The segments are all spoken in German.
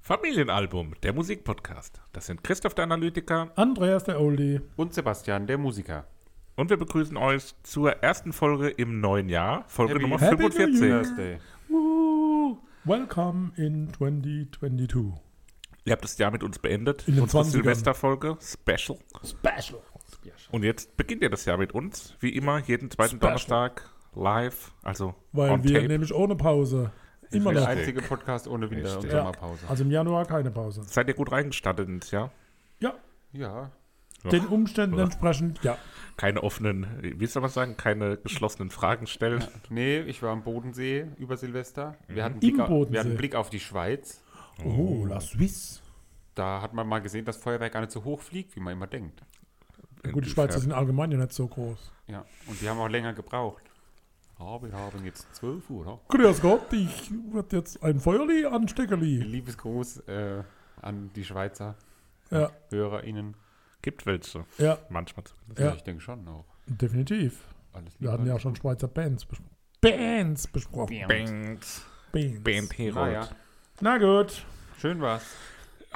Familienalbum, der Musikpodcast. Das sind Christoph der Analytiker Andreas der Oldie. Und Sebastian, der Musiker. und wir begrüßen euch zur ersten Folge im neuen Jahr, Folge Happy- Nummer Happy New 45. Year. Thursday. Welcome in 2022. Ihr habt das Jahr mit uns beendet, In den unsere 20ern. Silvesterfolge, Special. Special. Und jetzt beginnt ihr das Jahr mit uns, wie immer, jeden zweiten Special. Donnerstag live, also Weil on wir tape. nämlich ohne Pause. Immer Der noch. Richtig. einzige Podcast ohne Winter- und Richtig. Sommerpause. Also im Januar keine Pause. Seid ihr gut reingestartet ins Jahr? Ja, Ja. den Umständen Ja. entsprechend, ja. Keine offenen, wie soll man sagen, keine geschlossenen Fragen stellen. Nee, ich war am Bodensee über Silvester. Wir hatten, Mhm. Im Blick auf, Bodensee. wir hatten Blick auf die Schweiz. Oh, la Suisse. Da hat man mal gesehen, dass Feuerwerk gar nicht so hoch fliegt, wie man immer denkt. Gut, die Schweizer sind allgemein ja nicht so groß. Ja. Und die haben auch länger gebraucht. Aber wir haben jetzt 12 Uhr. ne? Grüß Gott, ich werde jetzt ein Feuerli ansteckerli. Liebesgruß äh, an die Schweizer Ja, HörerInnen. Gibt welche, ja, manchmal zumindest. Ja. Ich denke schon auch. definitiv. Alles Wir hatten Liebe. ja schon Schweizer Bands besprochen. Bands besprochen. Band, Bands. Band Na Herold. ja. Na gut. Schön war's.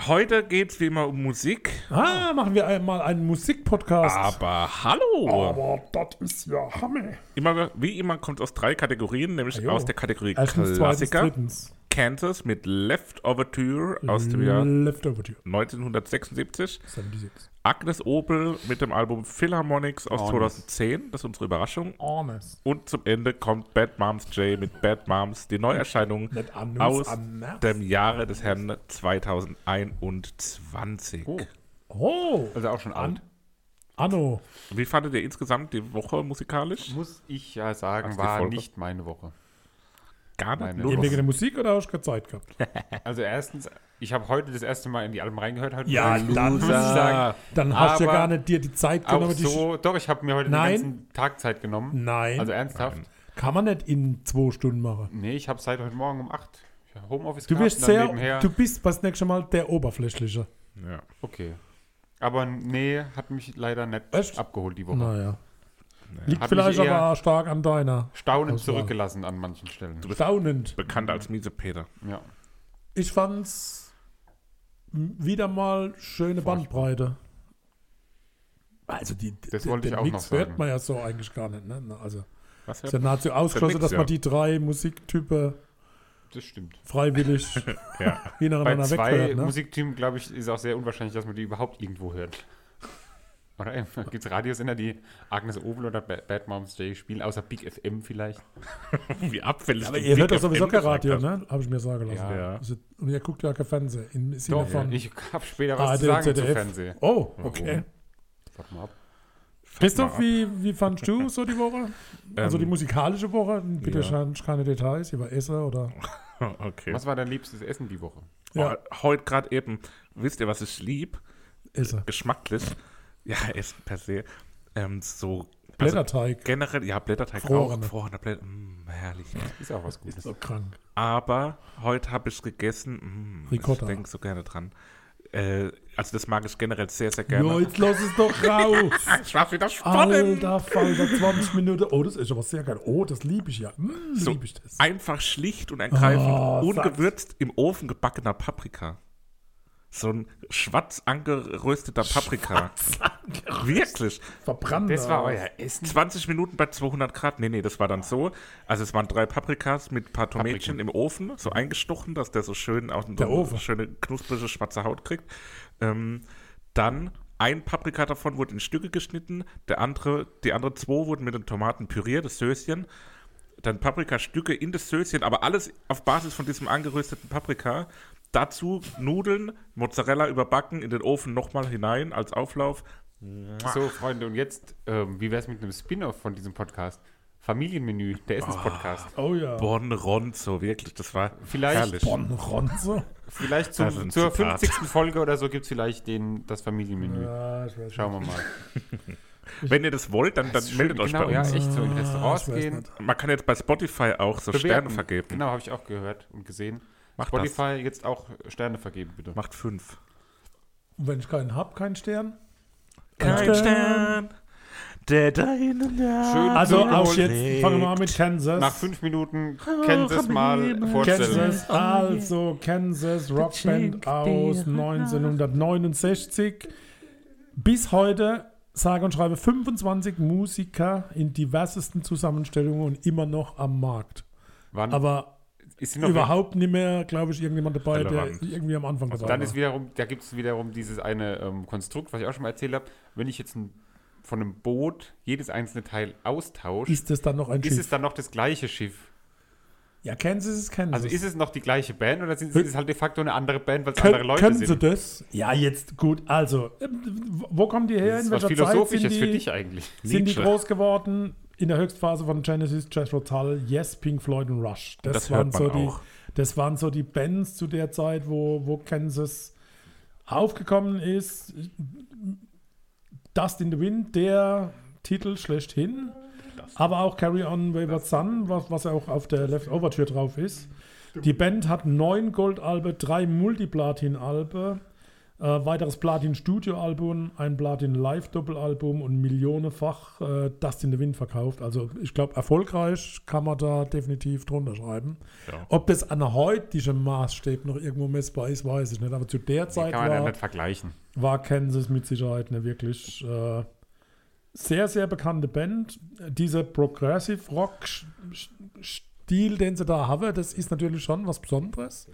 Heute geht's wie immer um Musik, Ah, machen wir einmal einen Musikpodcast. aber hallo! Oh. Aber das ist ja Hammer. Immer, wie immer kommt aus drei Kategorien, nämlich Ajo. aus der Kategorie Erstens, zweitens, Klassiker, drittens. Kansas mit Leftoverture aus dem Jahr Mhm. Leftover Tür. 1976, 76. Agnes Opel mit dem Album Philharmonics aus Ordnung. 2010, das ist unsere Überraschung, Armes. und zum Ende kommt Bad Moms J mit Bad Moms, die Neuerscheinung Nicht Anus, aus Anus. dem Jahre des Herrn 2021. Oh, Oh, also auch schon alt. Anno. Wie fandet ihr insgesamt die Woche musikalisch? Muss ich ja Hast sagen, du die war Folge? nicht meine Woche. Gar nicht. Meine- Nur Wegen noch. der Musik oder hast du keine Zeit gehabt? Also erstens, ich habe heute das erste Mal in die Alben reingehört. Heute Ja, Morgen. dann muss ich sagen. Dann hast du ja Aber gar nicht dir die Zeit Auch genommen. Die so, doch, ich habe mir heute Nein. den ganzen Tag Zeit genommen. Nein, Also ernsthaft? kann man nicht in zwei Stunden machen. Nee, ich habe seit heute Morgen um 8 Ich hab Homeoffice Du gehabt wirst und dann sehr, nebenher. du bist was nächste Mal der Oberflächliche. Ja. okay. Aber nee, hat mich leider nicht Echt? abgeholt die Woche. Naja. Liegt Hat vielleicht mich eher- aber stark an deiner. Staunend Auswahl. zurückgelassen an manchen Stellen. Staunend. Bekannt als Miese Peter. Ja. Ich fand's m- wieder mal schöne Bandbreite. Also die, Das wollte ich auch Mix noch hört sagen. man ja so eigentlich gar nicht. Ne? Na, Also Was ist ja nahezu ausgeschlossen, Mix, dass man ja. die drei Musiktypen Das stimmt. freiwillig Ja. Bei hintereinander zwei weghört. Ne? Musikteams, glaube ich, ist auch sehr unwahrscheinlich, dass man die überhaupt irgendwo hört. Oder gibt es Radiosender, die Agnes Obel oder Ba- Bad Moms J spielen, außer Big FM vielleicht? Wie abfällig. Aber du ihr hört Big doch sowieso FM kein gesagt Radio, hast. ne? Habe ich mir sagen lassen. Ja. Ja. Also, und ihr guckt ja kein Fernsehen. Im Sinne Doch, von ich habe später was ARD zu und sagen zu ZDF. Fernsehen. Oh, okay. Warte mal ab. Christoph, mal ab. wie, wie fandst du so die Woche? also Ähm, die musikalische Woche? Bitte ja. ja. keine Details über Esser oder... Okay. Was war dein liebstes Essen die Woche? ne? Ja, Oh, heute gerade eben, wisst ihr, was ich lieb? Esser. Geschmacklich. Ja, Essen per se. Ähm, so. Also Blätterteig. generell, ja, Blätterteig auch. Gefrorene. Gefrorener Blätter. Mm, herrlich. Ist auch was Gutes. so krank. Aber heute habe ich gegessen. Mm, Ricotta. Ich denke so gerne dran. Äh, also, das mag ich generell sehr, sehr gerne. Ja, jetzt lass es doch raus. Ich war wieder spannend. Alter, Falter, 20 Minuten. Oh, das ist aber sehr geil. Oh, das liebe ich ja. Mm, So liebe ich das. einfach schlicht und ergreifend, Oh, ungewürzt im Ofen gebackener Paprika. So ein schwarz angerösteter Paprika. Wirklich. Verbrannt. Das war euer Essen? 20 Minuten bei 200 Grad. Nee, nee, das war dann so. Also es waren drei Paprikas mit ein paar Tomätchen im Ofen, so eingestochen, dass der so schön auch Der so Ofen. eine schöne knusprige schwarze Haut kriegt. Ähm, dann ein Paprika davon wurde in Stücke geschnitten, der andere, die anderen zwei wurden mit den Tomaten püriert, das Söschen. Dann Paprikastücke in das Söschen, aber alles auf Basis von diesem angerösteten Paprika. Dazu Nudeln, Mozzarella überbacken, in den Ofen nochmal hinein als Auflauf. So, Freunde, und jetzt, ähm, wie wär's mit einem Spin-off von diesem Podcast? Familienmenü, der Essenspodcast. Oh ja. Bonn Ronzo, wirklich, das war Vielleicht herrlich. Bonn Ronzo. Vielleicht Das ist zum, ein zur Zitat. 50. Folge oder so gibt es vielleicht den, das Familienmenü. Ja, ich weiß Schauen wir mal. Wenn ihr das wollt, dann, dann meldet euch genau, bei uns. ja, echt so in Ah, ich Restaurants weiß gehen. nicht. Man kann jetzt bei Spotify auch so Sterne bewerten. vergeben. Genau, habe ich auch gehört und gesehen. Macht das. Spotify jetzt auch Sterne vergeben, bitte. Macht fünf. Und wenn ich keinen hab, keinen Stern. Kein Stern. Stern. der da hinten Schön Also Zurück. auch jetzt fangen wir mal mit Kansas. Nach fünf Minuten Kansas mal vorstellen. Kansas, also Kansas Rockband aus 1969. Bis heute sage und schreibe 25 Musiker in diversesten Zusammenstellungen und immer noch am Markt. Wann Aber ist sie noch überhaupt nicht mehr, glaube ich, irgendjemand dabei, Relevant. der irgendwie am Anfang dabei Also Dann war. ist wiederum, da gibt es wiederum dieses eine ähm, Konstrukt, was ich auch schon mal erzählt habe. Wenn ich jetzt ein, von einem Boot jedes einzelne Teil austausche, ist, ist das dann noch ein es Schiff? dann noch das gleiche Schiff? Ja, Kansas ist Kansas. Also ist es noch die gleiche Band oder sind, Hö- sind es halt de facto eine andere Band, weil es Kön andere Leute können Sie sind? das? Ja, jetzt gut. Also, ähm, wo kommen die her? Das in ist was welcher Zeit Philosophisches sind für die, dich eigentlich. Sind die Nietzsche. groß geworden? In der Höchstphase von Genesis, Jethro Tull, Yes, Pink Floyd und Rush. Das, das hört waren man so die, auch. das waren so die Bands zu der Zeit, wo, wo Kansas aufgekommen ist. Dust in the Wind, der Titel schlechthin. Aber auch Carry On Wayward Sun, was, was ja auch auf der Leftover-Tür drauf ist. Die Band hat neun Goldalbe, drei Multiplatin-Albe, äh, weiteres Platin-Studio-Album, ein Platin-Live-Doppelalbum und millionenfach äh, Dust in the Wind verkauft. Also ich glaube, erfolgreich kann man da definitiv drunter schreiben. Ja. Ob das an heutischem Maßstab noch irgendwo messbar ist, weiß ich nicht. Aber zu der Kann Zeit man ja war, nicht vergleichen. war Kansas mit Sicherheit eine wirklich äh, sehr, sehr bekannte Band. Dieser Progressive Rock-Stil, den sie da haben, das ist natürlich schon was Besonderes.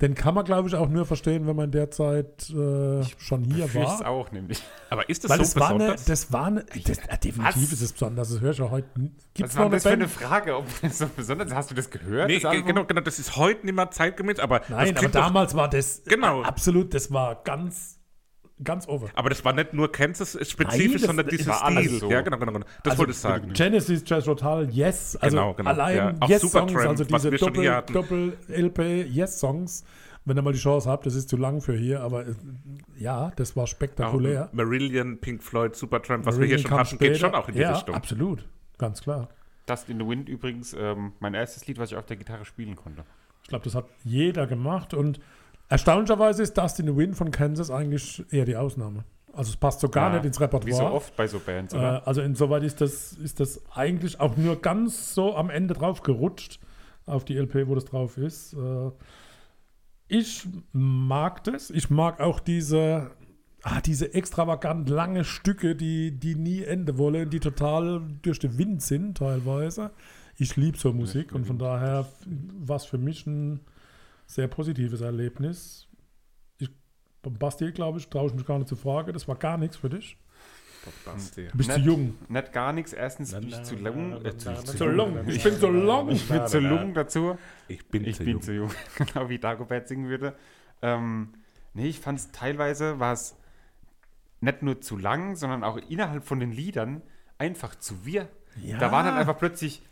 Den kann man, glaube ich, auch nur verstehen, wenn man in der Zeit äh, schon hier Für ich war. auch nämlich. Aber ist das Weil so das war, eine, besonders? das war eine, das, äh, definitiv Was? ist es besonders, das höre ich ja heute. Gibt Was es war noch eine das für eine Band? Frage? Ob das so besonders ist? Hast du das gehört? nee, das Album? ge- genau, genau, das ist heute nicht mehr zeitgemäß, aber das Nein, aber klingt doch- damals war das äh, Genau. absolut, das war ganz, ganz over. aber das war nicht nur Kansas Nein, spezifisch, das- sondern das dieses war alles Stil. so. Ja, genau, genau, genau. Also Das wollte ich sagen. Genesis, Jazz Rotal, Yes. Also Genau, genau. allein Ja, auch Yes-Songs, Supertramp, also was diese wir schon hier hatten. Doppel-LP-Yes-Songs. Wenn ihr mal die Chance habt, das ist zu lang für hier, aber äh, ja, das war spektakulär. Marillion, Pink Floyd, Supertramp, was wir hier Marillion schon kam hatten, geht später. schon auch in die ja, Richtung. absolut. Ganz klar. Dust in the Wind übrigens ähm, mein erstes Lied, was ich auf der Gitarre spielen konnte. Ich glaube, das hat jeder gemacht und erstaunlicherweise ist Dustin the Wind von Kansas eigentlich eher die Ausnahme. Also es passt so gar Ja, nicht ins Wie so Repertoire. oft bei so Bands, Äh, oder? also insoweit ist das, ist das eigentlich auch nur ganz so am Ende drauf gerutscht, auf die LP, wo das drauf ist. Äh, ich mag das. Ich mag auch diese, ah, diese extravagant lange Stücke, die, die nie Ende wollen, die total durch den Wind sind teilweise. Ich liebe so Musik und von daher war es für mich ein sehr positives Erlebnis. Ich, Basti, glaube ich, traue ich mich gar nicht zur Frage. Das war gar nichts für dich. Du bist zu Nett. jung. Nicht gar nichts. Erstens bin ich zu lang. Äh, zu, zu, Zu long. Ich bin so long. Ich bin zu lung dazu. Ich bin Ich bin zu jung. genau wie Dagobert singen würde. Ähm, nee, ich fand es teilweise war es nicht nur zu lang, sondern auch innerhalb von den Liedern einfach zu wir. Da waren dann einfach plötzlich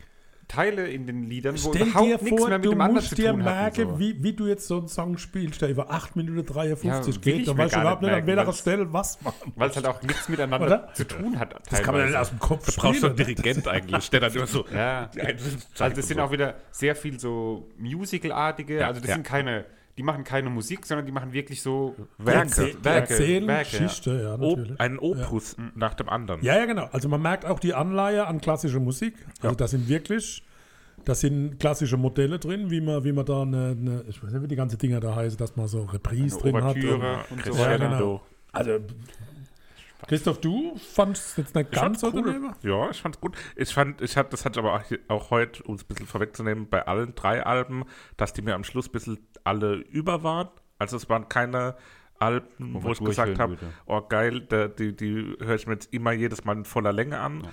Teile in den Liedern, wo Stell dir überhaupt nichts vor, mehr mit du dem anderen musst zu dir tun hat. merken, So. wie, wie du jetzt so einen Song spielst, der über 8 Minuten 53 Ja, will ich geht. Dann mir weißt du gar überhaupt nicht nicht, an merken, welcher weil's- Stelle was machen. Weil es halt auch nichts miteinander Oder? zu tun hat. Das kann man dann teilweise. aus dem Kopf Du brauchst so einen spielen. Dirigent eigentlich, der dann immer so. Ja. die einzelnen Zeichen Also es und sind so. auch wieder sehr viel so Musical-artige, Ja, also das ja. sind keine, die machen keine Musik, sondern die machen wirklich so Werke, Werke, Werke, erzählen Werke, ja. Geschichte, ja, natürlich. Op ein Opus nach dem anderen. Ja, ja, genau. Also man merkt auch die Anleihe an klassische Musik. Also Ja. das sind wirklich, das sind klassische Modelle drin, wie man, wie man da eine, eine, ich weiß nicht, wie die ganzen Dinger da heißen, dass man so Reprise Eine drin Ouvertüre hat. und ja, so weiter. genau. Also Christoph, du fandst es jetzt nicht Ich fand's ganz so cool. daneben? Ja, ich fand's gut. Ich fand, ich hab, das hat aber auch, hier- auch heute, um es ein bisschen vorwegzunehmen, bei allen drei Alben, dass die mir am Schluss ein bisschen alle über waren. Also es waren keine Alben, Wo wo, man ich gesagt durchhören habe, würde. oh geil, da, die, die höre ich mir jetzt immer jedes Mal in voller Länge an.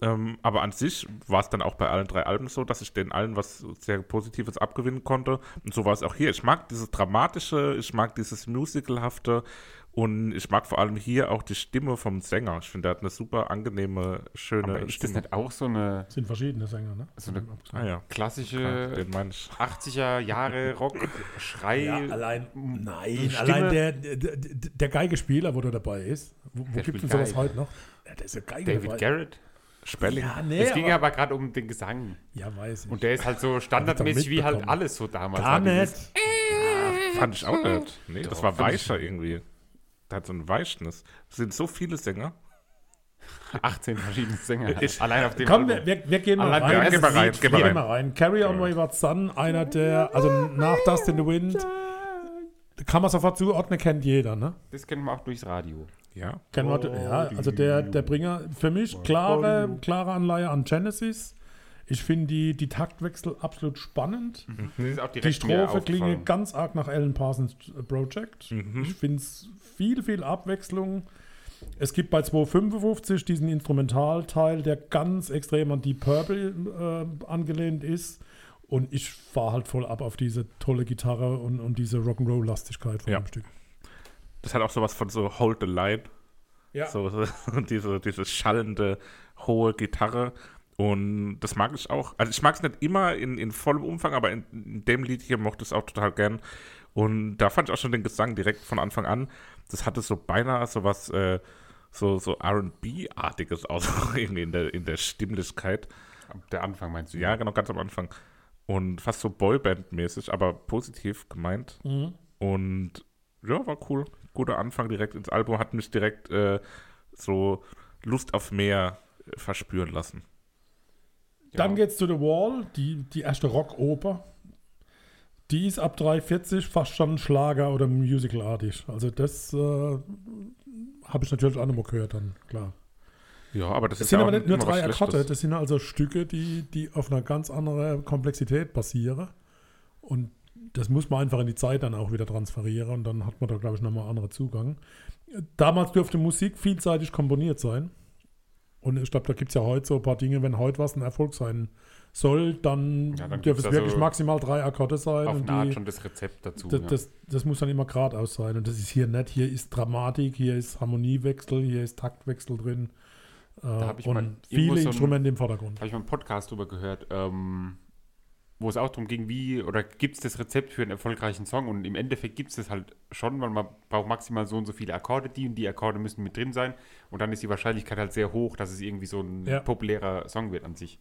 Ähm, aber an sich war es dann auch bei allen drei Alben so, dass ich den allen was sehr Positives abgewinnen konnte. Und so war es auch hier. Ich mag dieses Dramatische, ich mag dieses Musicalhafte und ich mag vor allem hier auch die Stimme vom Sänger. Ich finde, der hat eine super angenehme, schöne Aber ist das Stimme. nicht auch so eine Sind verschiedene Sänger, ne? So Äh, eine- ah ja, klassische den meine ich. 80er Jahre Rock-Schrei? Ja, allein, nein, Stimme. allein der, der, der- der Geigespieler, wo der dabei ist. Wo, wo Der gibt es spielt sowas Geige. heute noch? Ja, der ist ja Geige David dabei. Garrett? Spelling. Ja, nee, es ging aber, ja aber gerade um den Gesang. ja, weiß ich. Und der ist halt so standardmäßig wie halt mitbekommen. alles so damals. Gar war dieses- nicht. Fand ich auch nicht. Nee, das Doch, war fand ich- weicher irgendwie. Der hat so ein Weichnis. Es sind so viele Sänger. 18 verschiedene Sänger. Allein auf dem Komm, wir, Album. wir, wir gehen mal Allein rein. für Geh mal rein, wir geh mal gehen rein. mal rein. Carry on Wayward Sun, einer der, also nach Dust in the Wind, kann man sofort zuordnen, kennt jeder, ne? Das kennen wir auch durchs Radio. Ja. Kennen wir, ja, also der, der Bringer, für mich klare, klare Anleihe an Genesis. Ich finde die, die Taktwechsel absolut spannend. Das ist auch Die direkt mir Strophe aufgefallen. klingt ganz arg nach Alan Parsons Project. Ich finde es viel, viel Abwechslung. Es gibt bei 255 diesen Instrumentalteil, der ganz extrem an Deep Purple äh, angelehnt ist. Und ich fahre halt voll ab auf diese tolle Gitarre und, und diese Rock'n'Roll-Lastigkeit von Ja. dem Stück. Das hat auch sowas von so Hold the Line. Ja. So, so diese, diese schallende, hohe Gitarre. Und das mag ich auch. Also ich mag es nicht immer in, in vollem Umfang, aber in, in dem Lied hier mochte ich es auch total gern. Und da fand ich auch schon den Gesang direkt von Anfang an. Das hatte so beinahe so was, äh, so, so RB-artiges aus irgendwie in der, in der Stimmlichkeit. Der Anfang meinst du? Ja, genau, ganz am Anfang. Und fast so Boyband-mäßig, aber positiv gemeint. Mhm. Und ja, war cool. Guter Anfang direkt ins Album, hat mich direkt äh, so Lust auf mehr äh, verspüren lassen. Genau. Dann geht's zu The Wall, die, die erste Rockoper. Die ist ab 3,40 fast schon Schlager oder Musical-artig. Also das äh, habe ich natürlich auch nochmal gehört dann, klar. Ja, aber das, Das ist sind ja aber auch nicht nur immer was drei Schlechtes. Akkorde, das sind also Stücke, die, die auf einer ganz anderen Komplexität basieren. Und das muss man einfach in die Zeit dann auch wieder transferieren und dann hat man da, glaube ich, nochmal einen anderen Zugang. Damals dürfte Musik vielseitig komponiert sein. Und ich glaube, da gibt es ja heute so ein paar Dinge, wenn heute was ein Erfolg sein soll, dann, Ja, dürfen dann gibt's es da wirklich so maximal drei Akkorde sein. Auf und eine Art um die, schon das Rezept dazu. das, ja. das, das muss dann immer geradeaus sein. Und das ist hier nicht. Hier ist Dramatik, hier ist Harmoniewechsel, hier ist Taktwechsel drin. Äh, hab ich und mal irgendwo viele so ein- Instrumente im Vordergrund. habe ich mal einen Podcast drüber gehört, ähm, wo es auch darum ging, wie oder gibt es das Rezept für einen erfolgreichen Song und im Endeffekt gibt es das halt schon, weil man braucht maximal so und so viele Akkorde, die und die Akkorde müssen mit drin sein und dann ist die Wahrscheinlichkeit halt sehr hoch, dass es irgendwie so ein Ja. populärer Song wird an sich.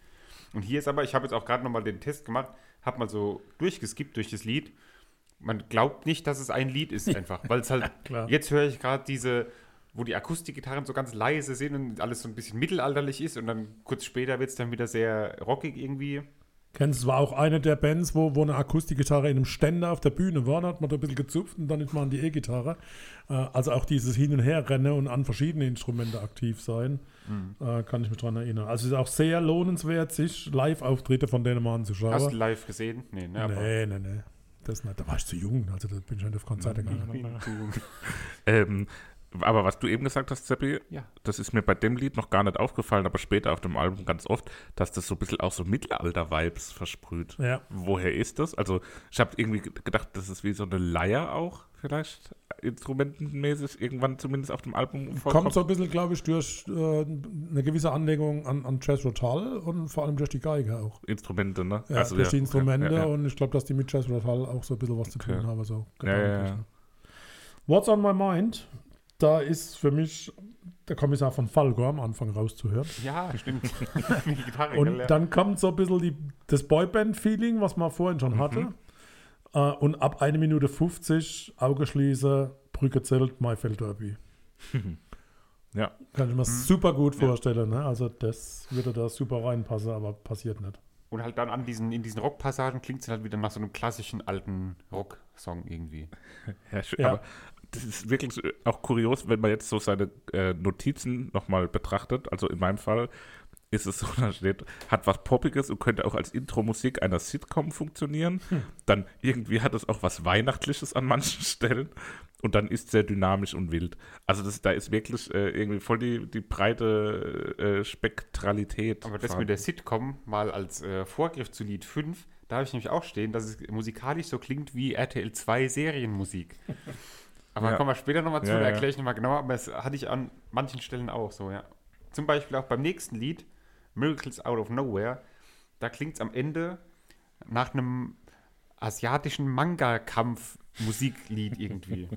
Und hier ist aber, ich habe jetzt auch gerade nochmal den Test gemacht, habe mal so durchgeskippt durch das Lied. Man glaubt nicht, dass es ein Lied ist einfach, weil es halt, Klar. jetzt höre ich gerade diese, wo die Akustikgitarren so ganz leise sind und alles so ein bisschen mittelalterlich ist und dann kurz später wird es dann wieder sehr rockig irgendwie. Kennst du, war auch eine der Bands, wo, wo eine Akustikgitarre in einem Ständer auf der Bühne war. Da hat man da ein bisschen gezupft und dann ist man an die E-Gitarre. Äh, also auch dieses Hin- und Herrennen und an verschiedene Instrumente aktiv sein, Mhm. äh, kann ich mich daran erinnern. Also es ist auch sehr lohnenswert, sich Live-Auftritte von denen mal anzuschauen. Hast du live gesehen? Nee, ne? aber- nee, nee, nee. Das nicht. Da war ich zu jung, also da bin ich nicht auf Konzerte Mhm. gegangen. Ähm, aber was du eben gesagt hast, Seppi, Ja. das ist mir bei dem Lied noch gar nicht aufgefallen, aber später auf dem Album ganz oft, dass das so ein bisschen auch so Mittelalter-Vibes versprüht. Ja. Woher ist das? Also, ich habe irgendwie ge- gedacht, das ist wie so eine Leier auch, vielleicht instrumentenmäßig, irgendwann zumindest auf dem Album Kommt so ein bisschen, glaube ich, durch äh, eine gewisse Anlegung an, an Jazz Rotal und vor allem durch die Geige auch. Instrumente, ne? Ja, durch die Instrumente Ja, ja, ja. und ich glaube, dass die mit Jazz Rotal auch so ein bisschen was zu Okay. tun haben. So Ja, ja, gedanklich, ja. ne? What's on my mind? Da ist für mich der Kommissar von Falco am Anfang rauszuhören. Ja, stimmt. Die Gitarre, Und gell, ja. dann kommt so ein bisschen die, das Boyband-Feeling, was man vorhin Mhm. schon hatte. Äh, und ab 1 Minute 50, Auge schließe, Brücke zählt, Maifeld Derby. Ja. Mhm. Kann ich mir super gut vorstellen. Ne? Also das würde da super reinpassen, aber passiert nicht. und halt dann an diesen, in diesen Rockpassagen klingt es halt wieder nach so einem klassischen alten Rocksong irgendwie. Ja, schön, Ja. aber das ist wirklich so, äh, auch kurios, wenn man jetzt so seine äh, Notizen nochmal betrachtet. Also in meinem Fall ist es so, da steht, hat was Poppiges und könnte auch als Intro-Musik einer Sitcom funktionieren. Dann irgendwie hat es auch was Weihnachtliches an manchen Stellen und dann ist sehr dynamisch und wild. Also das, da ist wirklich äh, irgendwie voll die, die breite äh, Spektralität. Aber das vorhanden. mit der Sitcom mal als äh, Vorgriff zu Lied 5, da habe ich nämlich auch stehen, dass es musikalisch so klingt wie RTL 2 Serienmusik. Aber Ja. kommen wir später nochmal zu, Ja, da ja. erkläre ich nochmal genauer, aber das hatte ich an manchen Stellen auch so, ja. Zum Beispiel auch beim nächsten Lied, Miracles Out of Nowhere, da klingt es am Ende nach einem asiatischen Manga-Kampf-Musiklied irgendwie.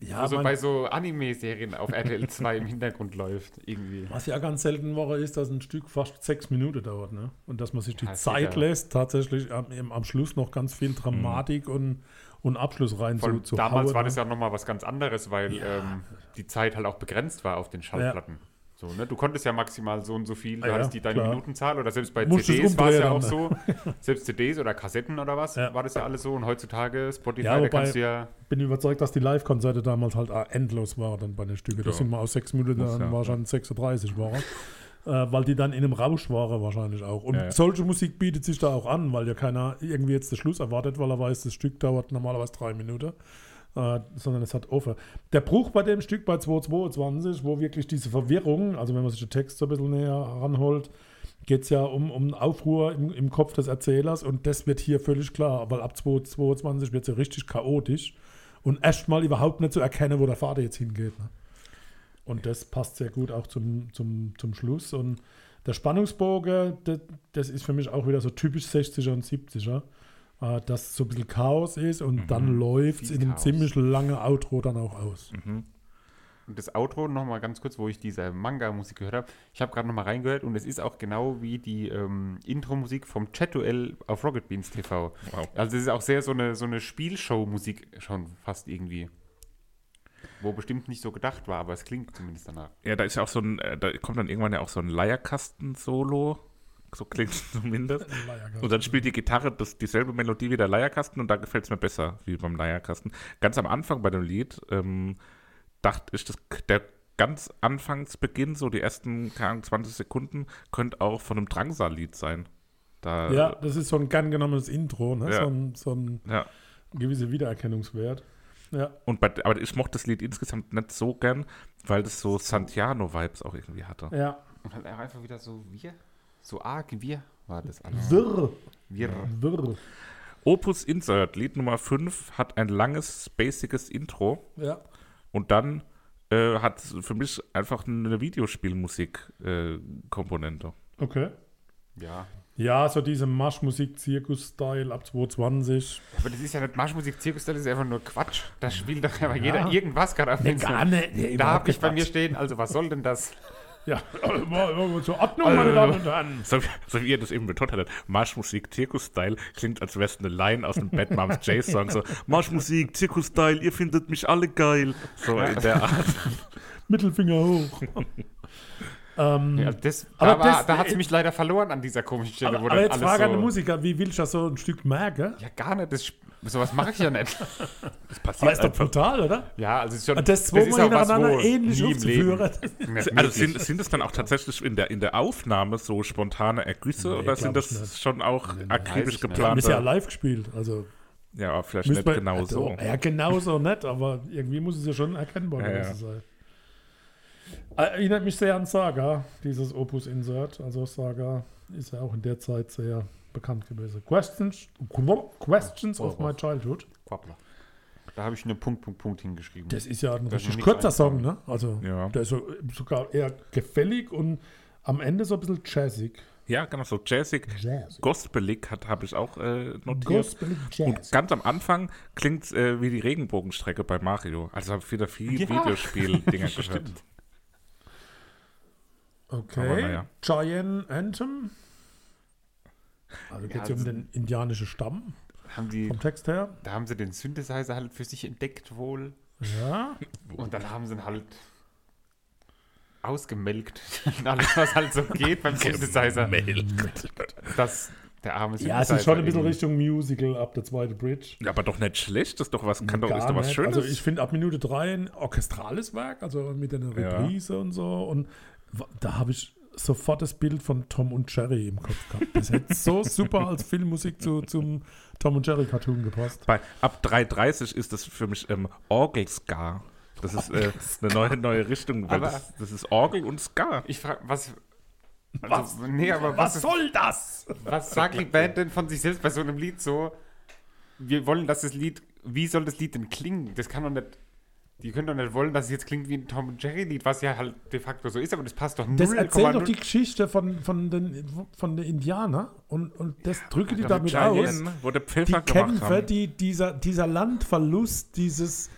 Ja, also bei so Anime-Serien auf RTL 2 im Hintergrund läuft irgendwie. was ja ganz selten Woche ist, dass ein Stück fast sechs Minuten dauert. Ne? Und dass man sich die Ja, Zeit sicher. lässt, tatsächlich am, im- am Schluss noch ganz viel Dramatik und, und Abschluss rein Vor zu, allem zu damals hauen, war ne? das ja nochmal was ganz anderes, weil ähm, die Zeit halt auch begrenzt war auf den Schallplatten. So, ne? Du konntest ja maximal so und so viel, du Ah ja, hattest die deine klar. Minutenzahl oder selbst bei Musstest CDs war es ja auch umdrehen so. selbst CDs oder Kassetten oder was, Ja. war das ja alles so. Und heutzutage Spotify, Ja, da wobei- kannst du ja. bin überzeugt, dass die Live-Konzerte damals halt auch endlos waren dann bei den Stücke. Das Ja. sind wir aus sechs Minuten, Muss dann ja, wahrscheinlich 36 waren. Äh, weil die dann in einem Rausch waren wahrscheinlich auch. Und Ja, ja. solche Musik bietet sich da auch an, weil ja keiner irgendwie jetzt den Schluss erwartet, weil er weiß, das Stück dauert normalerweise drei Minuten. Äh, sondern es hat offen. Der Bruch bei dem Stück bei 222, wo wirklich diese Verwirrung, also wenn man sich den Text so ein bisschen näher ranholt, geht es ja um, um einen Aufruhr im, im Kopf des Erzählers und das wird hier völlig klar, weil ab 2022 wird es ja richtig chaotisch und erstmal überhaupt nicht zu erkennen, wo der Vater jetzt hingeht. Ne? Und das passt sehr gut auch zum, zum, zum Schluss. Und der Spannungsbogen, das, das ist für mich auch wieder so typisch 60er und 70er, äh, dass so ein bisschen Chaos ist und dann läuft es Viel in einem Chaos. ziemlich langen Outro dann auch aus. Und das Outro nochmal ganz kurz, wo ich diese Manga-Musik gehört habe. Ich habe gerade nochmal reingehört und es ist auch genau wie die ähm, Intro-Musik vom Chat-Duell auf Rocket Beans TV. Wow. Also es ist auch sehr so eine, so eine Spielshow-Musik schon fast irgendwie. Wo bestimmt nicht so gedacht war, aber es klingt zumindest danach. Ja, da ist ja auch so ein, äh, da kommt dann irgendwann ja auch so ein Leierkasten-Solo. So klingt es zumindest. Und dann spielt die Gitarre das, dieselbe Melodie wie der Leierkasten und da gefällt es mir besser wie beim Leierkasten. Ganz am Anfang bei dem Lied ähm, dachte ich, das, der ganz Anfangsbeginn, so die ersten keine Ahnung, 20 Sekunden, könnte auch von einem Drangsal-Lied sein. Da, Ja, das ist so ein gern genommenes Intro, ne? Ja. so, ein, so ein ja. gewisser Wiedererkennungswert. Ja. Und bei, aber ich mochte das Lied insgesamt nicht so gern, weil das so Santiano-Vibes auch irgendwie hatte. Ja. Und halt auch einfach wieder so wir, so arg wir war das alles. Wirr. Wir. Wirr. Opus Insert, Lied Nummer 5, hat ein langes, spaciges Intro. Ja. Und dann äh, hat es für mich einfach eine äh, Videospielmusik-Komponente. Okay. Ja. Ja, so diese Marschmusik-Zirkus-Style ab 220. Aber das ist ja nicht Marschmusik, Zirkus, das ist einfach nur Quatsch. Da spielt doch einfach jeder irgendwas gerade auf den Song. nicht. Nee, Da habe ich bei überhaupt mir stehen, also was soll denn das? nicht. Ja, Mal zur Ordnung, Äh. meine Damen und Herren. So, wie- so wie ihr das eben betont hattet, Marschmusik, Zirkus-Style klingt, als wäre es eine Line aus dem Bad Moms J-Song. So, Marschmusik, Zirkus-Style, ihr findet mich alle geil. So in der Art. Mittelfinger hoch. ähm, Ja, das, da Aber war- das- da hat es mich leider verloren an dieser komischen Stelle, aber, wo aber dann jetzt alles frage an so- den Musiker, wie will ich das so ein Stück merken? Ja, gar nicht. Das, sp- sowas mache ich ja nicht. Das passiert Aber ist doch äh, brutal, oder? Ja, also es ist schon. Und das zwei Mal hintereinander ähnlich nie im aufzuführen. Leben. Nicht Also sind, möglich. sind es dann auch tatsächlich in der, in der Aufnahme so spontane Ergüsse oder glaub sind ich nicht. das schon auch akribisch ich nicht. Wir haben geplante? es ja live gespielt. Also Ja, vielleicht müsste nicht man- also, genau so. Ja, genauso nicht, aber irgendwie muss es ja schon erkennbar Ja, gewesen ja. sein. Äh, Erinnert mich sehr an Saga, dieses Opus Insert. Also Saga ist ja auch in der Zeit sehr bekannt gewesen. Questions, questions of my childhood. Quappler. Da habe ich nur Punkt, Punkt, Punkt hingeschrieben. Das ist ja ein Da ist mir richtig nichts kurzer Song, ne? Also Ja. der ist so, sogar eher gefällig und am Ende so ein bisschen jazzig. Ja, genau so. Jazzig, Jazzig. gospelig hat habe ich auch äh, notiert. Gospel Und Jazz. ganz am Anfang klingt es äh, wie die Regenbogenstrecke bei Mario. Also habe ich wieder viel Ja. Videospiel-Dinger gehört. Aber Okay. naja. Giant Anthem. Also geht es das- um den indianischen Stamm Haben die, vom Text her. da haben sie den Synthesizer halt für sich entdeckt wohl. Ja. Und dann haben sie ihn halt ausgemelkt. Alles, was halt so geht beim Synthesizer. Das, der arme Ja, es halt Synthesizer. ist schon ein bisschen irgendwie. Richtung Musical ab der zweite Bridge. Ja, aber doch nicht schlecht. Das ist doch was, kann doch, ist Gar doch was nicht. Schönes. Also ich finde ab Minute 3 ein orchestrales Werk, also mit einer Ja. Reprise und so. Und wa- da habe ich sofort das Bild von Tom und Jerry im Kopf gehabt. Das hätte so super als Filmmusik zu, zum Tom und Jerry Cartoon gepasst. bei, ab 3.30 ist das für mich ähm, Orgel-Ska. Das ist äh, eine neue, neue Richtung. Weil Aber- das, das ist Orgel und Ska. Ich frage, was. Also, was? Nee, aber was, ist, soll das? was sagt die Band denn von sich selbst bei so einem Lied so? Wir wollen, dass das Lied. Wie soll das Lied denn klingen? Das kann doch nicht. Die können doch nicht wollen, dass es jetzt klingt wie ein Tom und Jerry Lied, was ja halt de facto so ist, aber das passt doch Das erzählt doch 0,0. die Geschichte von, von, den, von den Indianern und, und das drücke die Mit damit aus. Cheyenne, wo der die Pfeffer gemacht Kämpfe, haben. die, dieser, dieser Landverlust, dieses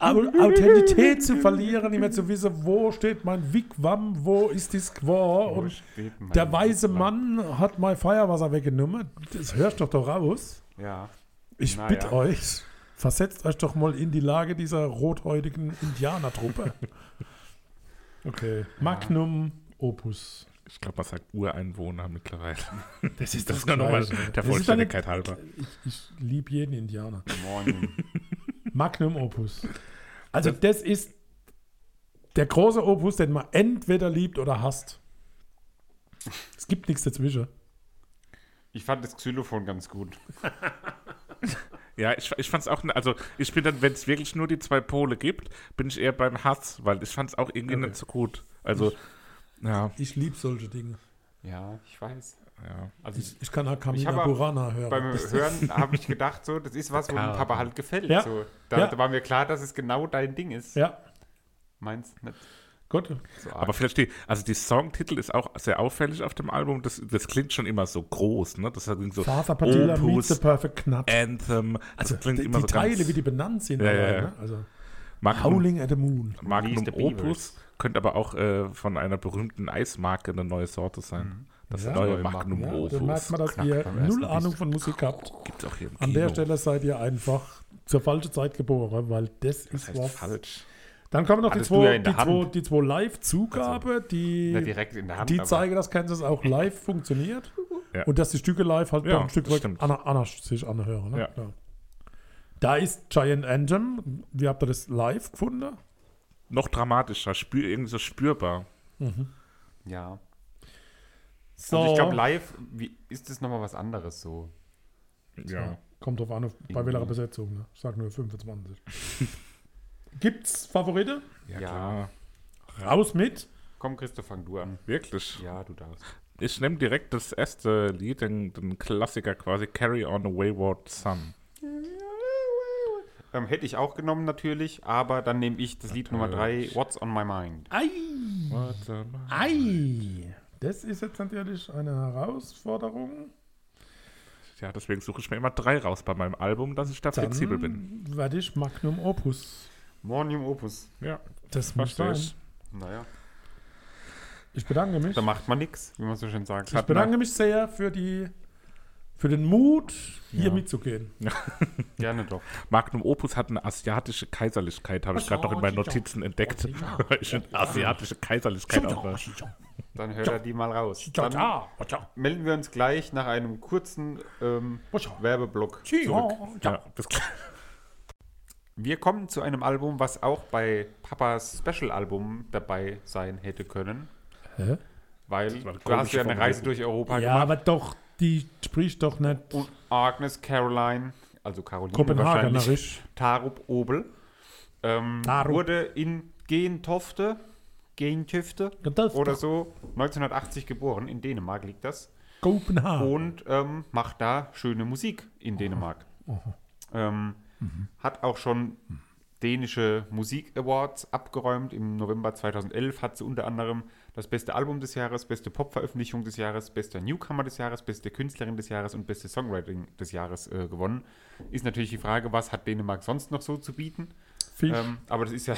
Au- Authentität zu verlieren, nicht mehr zu wissen, wo steht mein Wigwam, wo ist die Squaw Wo und steht mein der weiße Lied? Mann hat mein Feuerwasser weggenommen. Das hörst doch doch raus. Ja. Ich Na bitte ja. euch, versetzt euch doch mal in die Lage dieser rothäutigen Indianertruppe. Okay. Magnum Opus. Ich glaube, man sagt Ureinwohner mittlerweile. Das ist Das ist nur nochmal Gleiche. der Das ist eine- Vollständigkeit halber. Ich, ich liebe jeden Indianer. Moin. Magnum Opus. Also das ist der große Opus, den man entweder liebt oder hasst. Es gibt nichts dazwischen. Ich fand das Xylophon ganz gut. Ja, ich, ich fand's auch, ne- also ich bin dann, wenn es wirklich nur die zwei Pole gibt, bin ich eher beim Hass, weil ich fand's auch irgendwie Okay. nicht so gut. Also, ja, Ich liebe solche Dinge. Ja, ich weiß. ja. Also ich, Ich, ich kann auch hab Kamina auch Burana hören. beim Das- Hören habe ich gedacht, so, das ist was, wo dem Klar. Papa halt gefällt. Ja. So. Da, Ja. da war mir klar, dass es genau dein Ding ist. ja, Meins nicht gut. so arg. Aber vielleicht die, also die Songtitel ist auch sehr auffällig auf dem Album. Das, das klingt schon immer so groß, ne? Das hat irgendwie so Father Patilla meets the Opus, perfect Knut. Anthem. Das also klingt die, immer die so Teile, ganz, wie die benannt sind. Ja, ja, allein, ja. ne? Also Magnum, Howling at the Moon. Release Magnum the Beavers. Opus könnte aber auch äh, von einer berühmten Eismarke eine neue Sorte sein. Das Mhm. Ja. neue Neue Magnum Ja, Opus. da merkt man, dass Knack ihr beim ersten null Biss. Ahnung von Musik habt. Gibt's auch hier im An Kino. der Stelle seid ihr einfach zur falschen Zeit geboren, weil das Das ist heißt was. falsch. Dann kommen noch die Hattest du ja zwei, in die der zwei, Hand. die zwei Live-Zugabe, Nicht die, direkt in der Hand. die aber- zeigen, dass Kansas auch live funktioniert Ja. und dass die Stücke live halt Ja, noch ein Stück das weit stimmt. an, anders sich anhören. Ne? Ja. Klar. Da ist Giant Anthem. Wie habt ihr das live gefunden? Noch dramatischer, spür, irgendwie so spürbar. Ja. So, Also ich glaube, live wie, ist das nochmal was anderes so. Ja. kommt drauf an, auf, bei Irgendwie. welcher Besetzung. Ne? Ich sag nur 25. Gibt's Favorite? Ja, Ja. klar. Raus mit. Komm, Christoph, fang du an. Wirklich. Ja, du darfst. Ich nehme direkt das erste Lied, den, den Klassiker quasi, Carry on a Wayward Son. Ähm, hätte ich auch genommen natürlich, aber dann nehme ich das Lied Nummer 3, What's on My Mind. Ei! Ei! Das ist jetzt natürlich eine Herausforderung. Ja, deswegen suche ich mir immer drei raus bei meinem Album, dass ich da flexibel bin. werde ich Magnum Opus. Mornium Opus. Ja, Das muss verstehe sein. ich. Naja, Ich bedanke mich. da macht man nichts, wie man so schön sagt. Ich bedanke mich sehr für die für den Mut, hier mitzugehen. Gerne doch. Magnum Opus hat eine asiatische Kaiserlichkeit, habe ich gerade noch in meinen Notizen entdeckt. ich finde asiatische Kaiserlichkeit auch was. Dann hört er die mal raus. Dann melden wir uns gleich nach einem kurzen ähm, Werbeblock. Ja, das Wir kommen zu einem Album, was auch bei Papas Special-Album dabei sein hätte können, Hä? weil war eine du hast ja komische eine Reise Formulierung. durch Europa Ja, aber doch, die spricht doch nicht Und Agnes Caroline, also Caroline wahrscheinlich, Kopenhagenerisch. Tarub Obel, ähm, Tarub. wurde in Gentofte, Gentüfte Gentofte. oder so 1980 geboren. In Dänemark liegt das. Kopenhagen. Und ähm, macht da schöne Musik in Dänemark. Ähm, Hat auch schon dänische Musik Awards abgeräumt. Im November 2011 hat sie unter anderem das beste Album des Jahres, beste Popveröffentlichung des Jahres, bester Newcomer des Jahres, beste Künstlerin des Jahres und beste Songwriting des Jahres äh, gewonnen. Ist natürlich die Frage, was hat Dänemark sonst noch so zu bieten? Fisch. Ähm, aber das ist ja,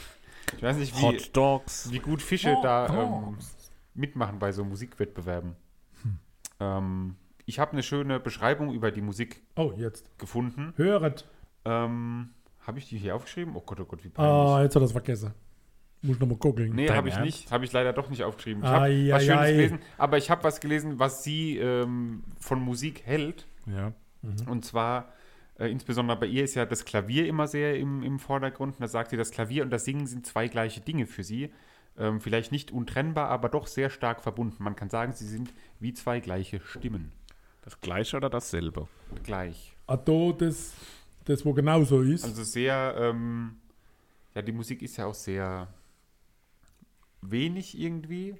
ich weiß nicht, wie, Hot Dogs. wie gut Fische Oh. da ähm, Dogs. mitmachen bei so Musikwettbewerben. Hm. Ähm, ich habe eine schöne Beschreibung über die Musik Oh, jetzt. gefunden. Höret. Ähm, habe ich die hier aufgeschrieben? Oh Gott, oh Gott, wie peinlich. Ah, jetzt hat er es vergessen. Muss ich nochmal googeln. nee, dein habe ich Ernst? nicht. Habe ich leider doch nicht aufgeschrieben. Ich habe Ei, was ei, Schönes ei. gelesen, aber ich habe was gelesen, was sie ähm, von Musik hält. Ja. Und zwar, äh, insbesondere bei ihr ist ja das Klavier immer sehr im, im Vordergrund. Und da sagt sie, das Klavier und das Singen sind zwei gleiche Dinge für sie. Ähm, vielleicht nicht untrennbar, aber doch sehr stark verbunden. Man kann sagen, sie sind wie zwei gleiche Stimmen. Das gleiche oder dasselbe? Gleich. Ah, da, das, das, wo genau so ist. Also sehr, ähm, ja, die Musik ist ja auch sehr wenig irgendwie.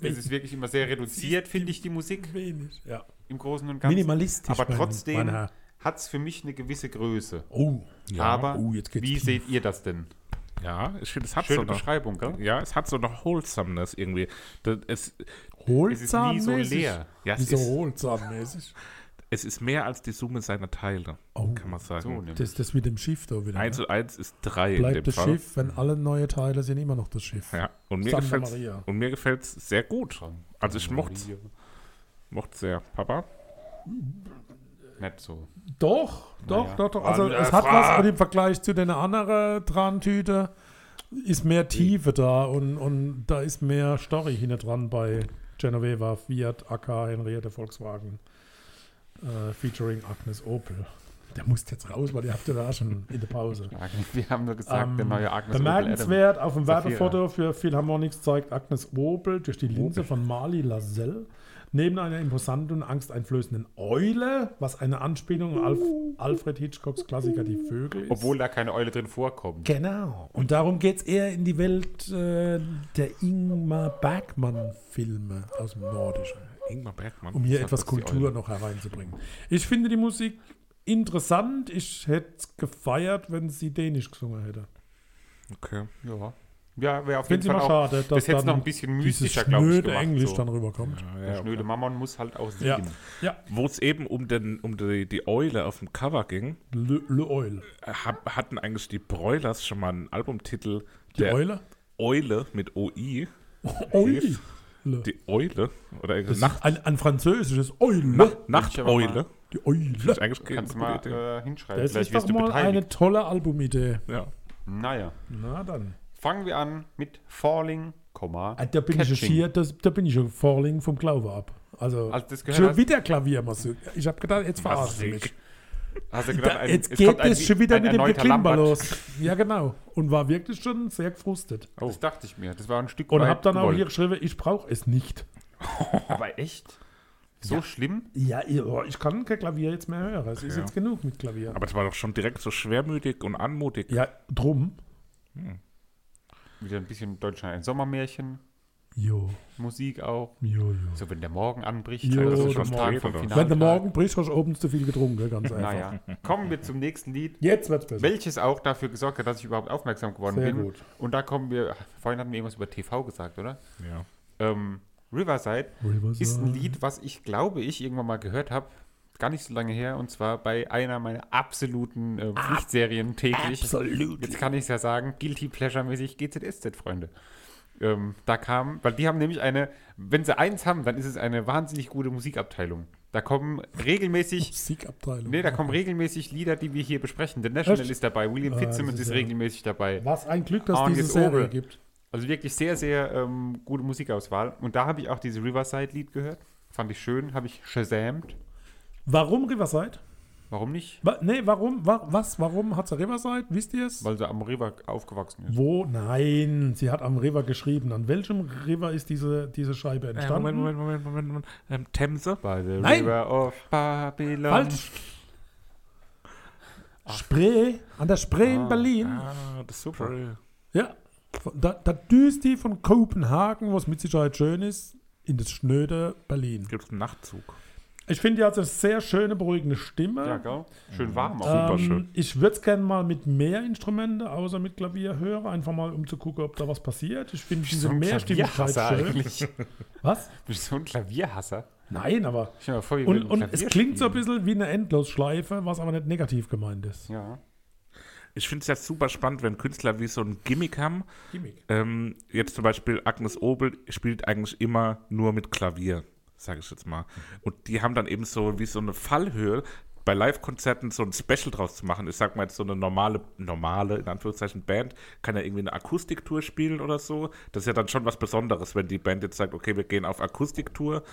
Es ist wirklich immer sehr reduziert, finde ich, die Musik Wenig, ja. im Großen und Ganzen. Minimalistisch. Aber mein- mein trotzdem Herr. hat es für mich eine gewisse Größe. Oh, aber oh, jetzt geht's wie tief. seht ihr das denn? Ja, ich finde, es hat Schöne so eine Beschreibung, gell? Ja, es hat so eine Wholesomeness irgendwie. Das, es, Es ist nie so holzarmmäßig. leer. ja, es, Wieso ist, holzarmmäßig? es ist mehr als die Summe seiner Teile, Oh. kann man sagen. So nämlich. Das, das mit dem Schiff da wieder. Eins ne? und eins ist drei in dem Bleibt das Fall. Schiff, wenn alle neue Teile sind, immer noch das Schiff. Ja, und mir Santa gefällt's- Maria. und mir gefällt es sehr gut. Also ich mochte Maria. es sehr. Papa? Nicht so. Doch, doch, ja. doch, doch. Also Andere es hat was Frage. und im Vergleich zu den anderen Trantüte ist Hm. mehr Tiefe da und, und da ist mehr Story hinten dran bei Genoveva Fiat AK Henriette Volkswagen äh, featuring Agnes Opel. Der muss jetzt raus, weil ihr habt ja da schon in der Pause. Wir haben nur gesagt, Ähm, der neue Agnes Bemerkenswert auf dem Saphira. Werbefoto für Philharmonics zeigt Agnes Opel durch die Linse von Marley Lazelle neben einer imposanten und angsteinflößenden Eule, was eine Anspielung auf Alfred Hitchcocks Klassiker Die Vögel ist. Uh. Obwohl da keine Eule drin vorkommt. Genau. Und darum geht es eher in die Welt äh, der Ingmar Bergmann-Filme aus dem Nordischen, Ingmar Bergmann. um hier Sag etwas das die Kultur Eule. noch hereinzubringen. Ich finde die Musik interessant. Ich hätte es gefeiert, wenn sie Dänisch gesungen hätte. Okay. Ja. Ja, wäre auf Finde jeden ich Fall mal auch. schade, dass das hätte es dann noch ein bisschen dieses mystischer, glaube ich, schnöde gemacht. Englisch so. dann rüberkommt. Der schnöde Mammon muss halt auch Ja, siegen. ja. Wo es eben um, den, um die, die Eule auf dem Cover ging, äh, Le, Le Eule. hab, hatten eigentlich die Broilers schon mal einen Albumtitel Die der Eule? Eule mit OI. Eule. Die Eule? Oder Das Nacht, ist ein, ein französisches Eule. Na, Ich aber Nachteule? Die Eule. Ist eigentlich keine Kannst gute du mal Idee. äh, hinschreiben. Das Vielleicht ist doch wirst du mal eine beteiligt. tolle Albumidee. Ja. Naja. Na dann. Fangen wir an mit Falling, Komma, Ah, Da bin ich ja Catching. schier, das, da bin ich schon falling vom Glaube ab. Also, Als das gehört schon hast- wieder Klaviermusik. Ich habe gedacht, jetzt verarschen sie Musik. mich. Hast du gedacht, Da, ein- jetzt es geht kommt ein es wie- schon wieder ein mit dem erneuter Geklimper Lambert. los. Ja, genau. Und war wirklich schon sehr gefrustet. Das dachte ich mir. Das war ein Stück Und weit habe dann auch gewollt. hier geschrieben, ich brauche es nicht. Aber echt? So schlimm? Ja, ich- oh, ich kann kein Klavier jetzt mehr hören. Es ist Ja. jetzt genug mit Klavier. Aber es war doch schon direkt so schwermütig und anmutig. ja, drum. Wieder ein bisschen Deutschland ein Sommermärchen. Jo, Musik auch. jo, jo. So, wenn der Morgen anbricht. Jo, also der schon Morgen. Tag vom Finaltag. Wenn du morgen brichst, hast du oben zu viel getrunken, ganz einfach. Naja. Kommen wir zum nächsten Lied, Jetzt wird's besser. welches auch dafür gesorgt hat, dass ich überhaupt aufmerksam geworden Sehr bin. gut. Und da kommen wir. Vorhin hatten wir irgendwas über TV gesagt, oder? Ja. Ähm, Riverside Riverside. ist ein Lied, was ich glaube, ich irgendwann mal gehört habe. Gar nicht so lange her. Und zwar bei einer meiner absoluten äh, Pflichtserien täglich. Absolut. Jetzt kann ich es ja sagen, Guilty Pleasure-mäßig GZSZ, Freunde. Ähm, da kam, weil die haben nämlich eine, wenn sie eins haben, dann ist es eine wahnsinnig gute Musikabteilung. Da kommen regelmäßig, Siegabteilung. nee, da kommen regelmäßig Lieder, die wir hier besprechen. The National Echt? ist dabei, William Ah, Fitzsimmons das ist ist ja- regelmäßig dabei. Was ein Glück, dass Ah, und diese jetzt Serie Obel. gibt. Also wirklich sehr, sehr ähm, gute Musikauswahl. Und da habe ich auch dieses Riverside-Lied gehört. Fand ich schön, habe ich shazamt. Warum Riverside? Warum nicht? Wa nee, warum? Wa was? Warum hat sie Riverside? Wisst ihr es? Weil sie am River aufgewachsen ist. Wo? Nein, sie hat am River geschrieben. An welchem River ist diese, diese Scheibe Äh, Moment, entstanden? Moment, Moment, Moment, Moment. Ähm, Themse? By the Nein. River of Babylon. Falsch. Spree, an der Spree in Berlin. Ah, das ist super. Ja. Von- Da, da düst die von Kopenhagen, was mit Sicherheit schön ist, in das schnöde Berlin. Gibt es einen Nachtzug? Ich finde, die hat eine sehr schöne, beruhigende Stimme. Ja, gell? Schön warm auch. Super ähm, schön. Ich würde es gerne mal mit mehr Instrumente, außer mit Klavier höre, einfach mal um zu gucken, ob da was passiert. Ich finde diese Mehrstimmigkeit Klavierhasser schön. eigentlich. Was? Bist du so ein Klavierhasser? Nein, aber. Ich mal vor, wir Und, würden und Klavier es klingt so ein spielen. bisschen wie eine Endlosschleife, was aber nicht negativ gemeint ist. Ja. Ich finde es ja super spannend, wenn Künstler wie so ein Gimmick haben. Gimmick. Ähm, jetzt zum Beispiel Agnes Obel spielt eigentlich immer nur mit Klavier, sage ich jetzt mal. Und die haben dann eben so wie so eine Fallhöhe bei Live-Konzerten so ein Special draus zu machen. Ich sag mal jetzt so eine normale, normale, in Anführungszeichen, Band kann ja irgendwie eine Akustiktour spielen oder so. Das ist ja dann schon was Besonderes, wenn die Band jetzt sagt, okay, wir gehen auf Akustiktour.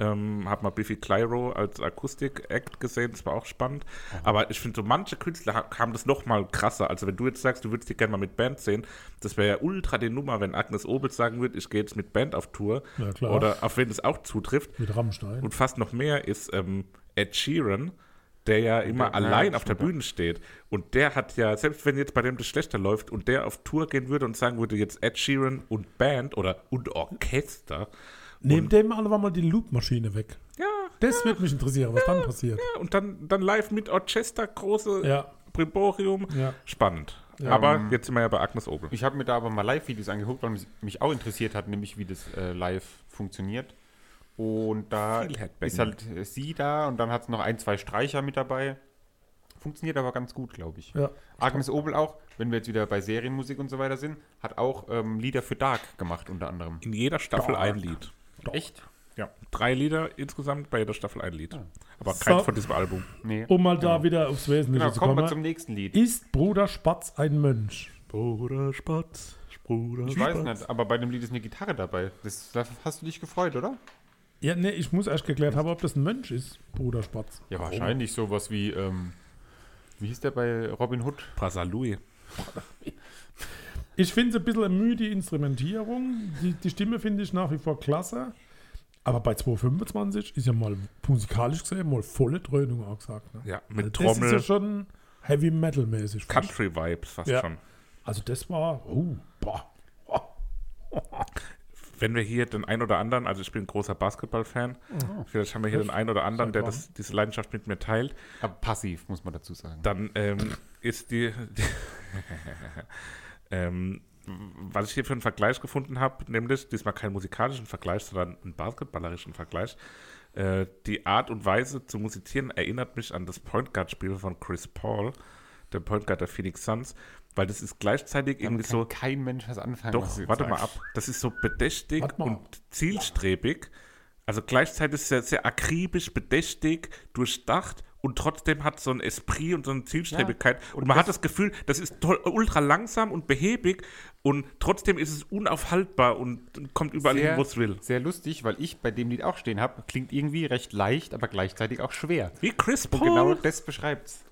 Ähm, hab mal Biffy Clyro als Akustik-Act gesehen, das war auch spannend. Aber ich finde, so manche Künstler ha- haben das noch mal krasser. Also wenn du jetzt sagst, du würdest dich gerne mal mit Band sehen, das wäre ja ultra die Nummer, wenn Agnes Obel sagen würde, ich gehe jetzt mit Band auf Tour. Ja, klar. Oder auf wen es auch zutrifft. Mit Rammstein. Und fast noch mehr ist ähm, Ed Sheeran, der ja immer der- allein ja, auf der Bühne steht. Und der hat ja, selbst wenn jetzt bei dem das schlechter läuft und der auf Tour gehen würde und sagen würde, jetzt Ed Sheeran und Band oder und Orchester. Nehmt dem alle mal die Loop-Maschine weg. Ja, Das würde mich interessieren, was dann passiert. ja, und dann, dann live mit Orchester, große Ja. Brimborium. Ja. Spannend. Aber jetzt sind wir ja bei Agnes Obel. Ich habe mir da aber mal Live-Videos angeguckt, weil mich, mich auch interessiert hat, nämlich wie das äh, live funktioniert. Und da Viel Headbang. ist halt äh, sie da und dann hat es noch ein, zwei Streicher mit dabei. Funktioniert aber ganz gut, glaube ich. Ja. Agnes Obel auch, wenn wir jetzt wieder bei Serienmusik und so weiter sind, hat auch ähm, Lieder für Dark gemacht unter anderem. In jeder Staffel ein Lied. Echt? Ja, drei Lieder insgesamt, bei jeder Staffel ein Lied. Aber keins So. von diesem Album. Nee. Oh, Um mal da wieder aufs Wesentliche Genau, zu kommen wir kommen. zum nächsten Lied. Ist Bruder Spatz ein Mönch? Spruder Spatz, Spruder Ich weiß nicht, aber bei dem Lied ist eine Gitarre dabei. Das, da hast du dich gefreut, oder? Ja, nee, ich muss erst geklärt haben, ob das ein Mönch ist, Bruder Spatz. Ja, wahrscheinlich sowas wie, ähm, wie hieß der bei Robin Hood? Brasalui. Ich finde es ein bisschen müde, die Instrumentierung. Die, die Stimme finde ich nach wie vor klasse. Aber bei 225 ist ja mal musikalisch gesehen mal volle Dröhnung auch gesagt. Ne? Ja, mit Das ist Trommel, ja schon Heavy Metal mäßig. fast. Country Vibes fast Ja. schon. Also das war, oh, boah. Wenn wir hier den einen oder anderen, also ich bin ein großer Basketball-Fan, vielleicht haben wir hier den einen oder anderen, der das, diese Leidenschaft mit mir teilt, Aber Ah, passiv, muss man dazu sagen. dann ähm, ist die, ähm, was ich hier für einen Vergleich gefunden habe, nämlich diesmal keinen musikalischen Vergleich, sondern einen basketballerischen Vergleich. Äh, die Art und Weise zu musizieren erinnert mich an das Point Guard Spiel von Chris Paul, der Point Guard der Phoenix Suns, weil das ist gleichzeitig Damit irgendwie kann so Kein Mensch was anfangen. was Doch, du jetzt warte mal ab. sagst. Das ist so bedächtig Warte mal und zielstrebig. Also gleichzeitig sehr, sehr akribisch, bedächtig, durchdacht und trotzdem hat so ein Esprit und so eine Zielstrebigkeit. und, man hat das Gefühl, das ist toll, ultra langsam und behäbig und trotzdem ist es unaufhaltbar und kommt überall hin, wo es will. sehr lustig, weil ich bei dem Lied auch stehen habe. Klingt irgendwie recht leicht, aber gleichzeitig auch schwer. Wie Chris Und Paul. genau das beschreibt's.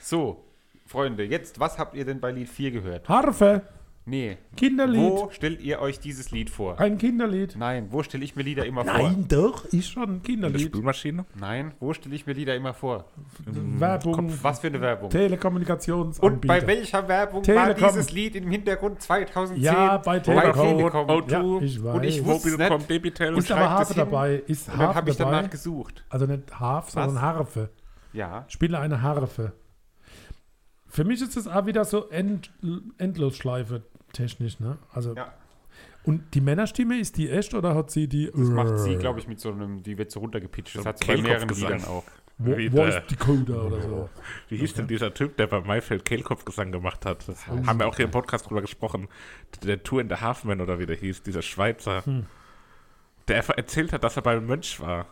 So, Freunde, jetzt, was habt ihr denn bei Lied 4 gehört? Harfe, Nee. Kinderlied. Wo stellt ihr euch dieses Lied vor? ein Kinderlied. Nein, wo stelle ich mir Lieder immer vor? Nein, doch, ist schon ein In der Kinderlied. Spülmaschine. Nein, wo stelle ich mir Lieder immer vor? Werbung, Was für eine Werbung. Telekommunikationsanbieter. Und bei welcher Werbung Telekom. war dieses Lied im Hintergrund 2010? Ja, bei Telekom. O2. Ja, ich weiß. Und ich wusste es Mobilcom, nicht. Debitel. ist schreibt aber es Harfe hin. dabei. Ist Und dann Harfe habe ich dabei. danach gesucht. Also nicht Harf, sondern Harfe. Ja. Spiele eine Harfe. Für mich ist das auch wieder so End Endlosschleife technisch, ne? Also ja. und die Männerstimme ist die echt oder hat sie die Das macht sie, glaube ich, mit so einem, die wird so runtergepitcht. Das So hat sie bei Kehlkopf mehreren gesagt. Liedern auch. Wo, wie wo der- ist die Coda oder so? Wie hieß denn dieser Typ, der bei Maifeld Kehlkopfgesang gemacht hat? Das haben wir auch hier im Podcast drüber gesprochen. Der Tour in der Halfman oder wie der hieß, dieser Schweizer. Der einfach erzählt hat, dass er beim Mönch war.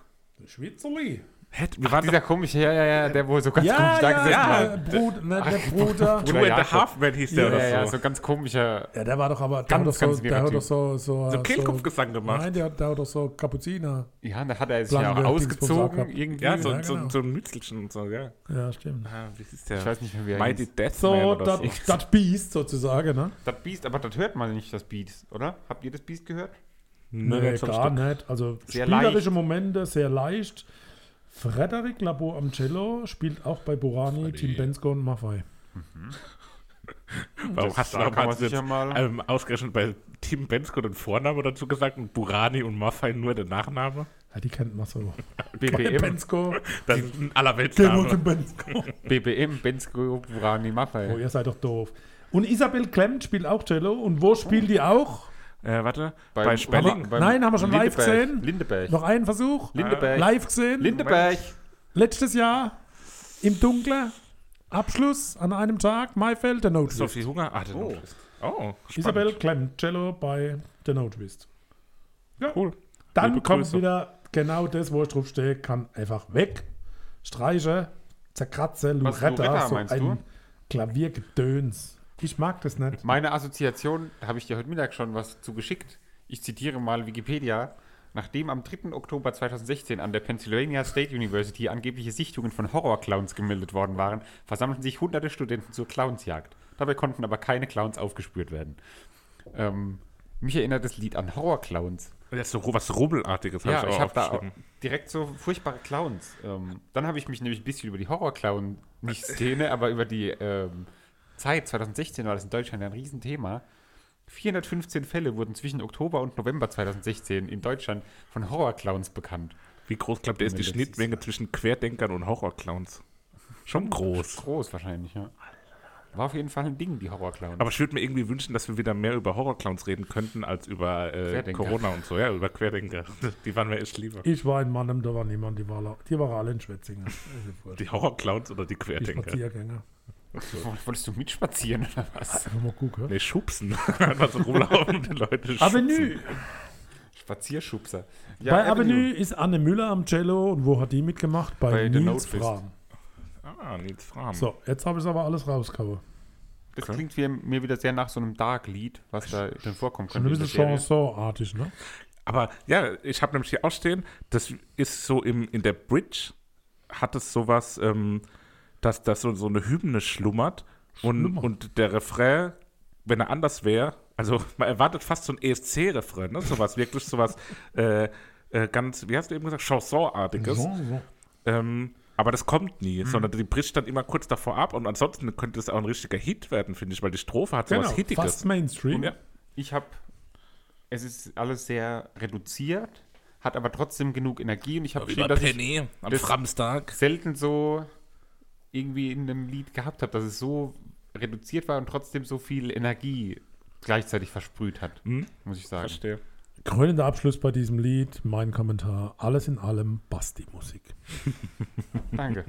Schwitzerli. Hä, wir Ach, waren dieser komische, ja, ja, ja, der wohl so ganz Ja, komisch da ja, gesessen ja, hat. Bruder, ne, der Bruder. Tour in der Jakob. Halfman hieß der Ja, oder Ja, so. ja, so ein ganz komischer. Ja, der war doch aber, der Ganz, hat doch so, ganz der wirrer hat doch Typ. so, so, So Kehlkopfgesang gemacht. Nein, der, hat- der hat doch so Kapuziner. Ja, und da hat er sich Plan ja auch wird ausgezogen Dingsbums irgendwie. ja, so, Ja, so, genau. so ein Mützelchen und so, ja. Ja, stimmt. Ah, Wie hieß der? Ich weiß nicht mehr, wie er Mighty hieß. Deathman So, oder das so. das Biest sozusagen, ne? Das Beast, aber das hört man nicht, das Beat, oder? Habt ihr das Beat gehört? Nee, Nee, jetzt hab ich gar doch- nicht. Also Sehr spielerische Momente, sehr leicht. Frederik Labo am Cello spielt auch bei Borani, Team Bensko und Maffei. Warum hast du da auch kann man mal, sich ja mal- ähm, ausgerechnet bei Tim Bensko den Vornamen dazu gesagt und Burani und Maffei nur den Nachname? Ja, die kennt man so. BBM, Bensko. Das ist ein Gehen wir Allerweltsname. zum Bensko. BBM, Bensko, Burani, Maffei. Oh, ihr seid doch doof. Und Isabel Klemmt spielt auch Cello. Und wo spielt die auch? Äh, warte, bei, Beim- bei Spelling. Beim- Nein, haben wir schon live gesehen? Lindeberg. Noch einen Versuch. Lindeberg. Live gesehen. Lindeberg. Letztes Jahr im Dunkeln. Abschluss an einem Tag. Maifeld, der No Twist. Sophie Hunger? Ah, den Oh. oh. oh, spannend. Isabel Klemmt, Cello bei der No Twist. Cool. Liebe Dann kommt Grüße. wieder genau das, wo ich draufstehe, kann einfach weg. Streiche, zerkratze, Was, Luretta, Luretta so meinst ein du? Klaviergedöns. Ich mag das nicht. Meine Assoziation, da habe ich dir heute Mittag schon was zugeschickt. Ich zitiere mal Wikipedia. Nachdem am 3. Oktober 2016 an der Pennsylvania State University angebliche Sichtungen von Horrorclowns gemeldet worden waren, versammelten sich hunderte Studenten zur Clownsjagd. Dabei konnten aber keine Clowns aufgespürt werden. Ähm, mich erinnert das Lied an Horrorclowns. Das ist so ru- was Rummelartiges. hab Ja, ich auch habe da auch aufgeschrieben. direkt so furchtbare Clowns. Ähm, dann habe ich mich nämlich ein bisschen über die Horrorclown, nicht Szene, aber über die ähm, Zeit, 2016 war das in Deutschland ja ein Riesenthema. 415 Fälle wurden zwischen Oktober und November 2016 in Deutschland von Horrorclowns bekannt. Wie groß, glaubt ihr, ist die Mindestens. Schnittmenge zwischen Querdenkern und Horrorclowns? Hm. Schon groß. Groß wahrscheinlich, ja. War auf jeden Fall ein Ding, die Horrorclowns. Aber ich würde mir irgendwie wünschen, dass wir wieder mehr über Horrorclowns reden könnten, als über äh, Querdenker. Corona und so. Ja, über Querdenker. Die waren mir echt lieber. Ich war in Mannheim, da war niemand, die, war, la- die waren alle in Schwetzingen. Also furcht- Die Horrorclowns oder die Die Querdenker? Spaziergänger. Wolltest du mitspazieren oder was? Einfach mal gucken. Nee, schubsen. Einfach so rumlaufen und die Leute schubsen. Avenue. Spazierschubser. Ja, Bei Avenue ist Anne Müller am Cello und wo hat die mitgemacht? Bei, Bei The Nils Note Twist. Fram. Ah, Nils Fram. So, jetzt habe ich es aber alles rausgehauen. Das Okay. klingt mir, mir wieder sehr nach so einem Dark-Lied, was da drin vorkommen Schon könnte. ein in bisschen der Serie. Chanson-artig, ne? Aber ja, ich habe nämlich hier auch stehen, das ist so im, in der Bridge hat es sowas, ähm, dass, dass so, so eine Hymne schlummert und, Schlummert. und der Refrain, wenn er anders wäre, also man erwartet fast so ein ESC-Refrain, ne? sowas wirklich sowas äh, äh, ganz, wie hast du eben gesagt, Chanson-artiges. Chanson. Hm. Ähm, aber das kommt nie, sondern die bricht dann immer kurz davor ab und ansonsten könnte es auch ein richtiger Hit werden, finde ich, weil die Strophe hat sowas Genau, Hittiges. fast Mainstream. Und Ich habe, es ist alles sehr reduziert, hat aber trotzdem genug Energie und ich habe gesehen, dass ich am das- Framstag. selten so irgendwie in einem Lied gehabt habe, dass es so reduziert war und trotzdem so viel Energie gleichzeitig versprüht hat, muss ich sagen. Verstehe. Krönender Abschluss bei diesem Lied, mein Kommentar, alles in allem Basti-Musik. Danke.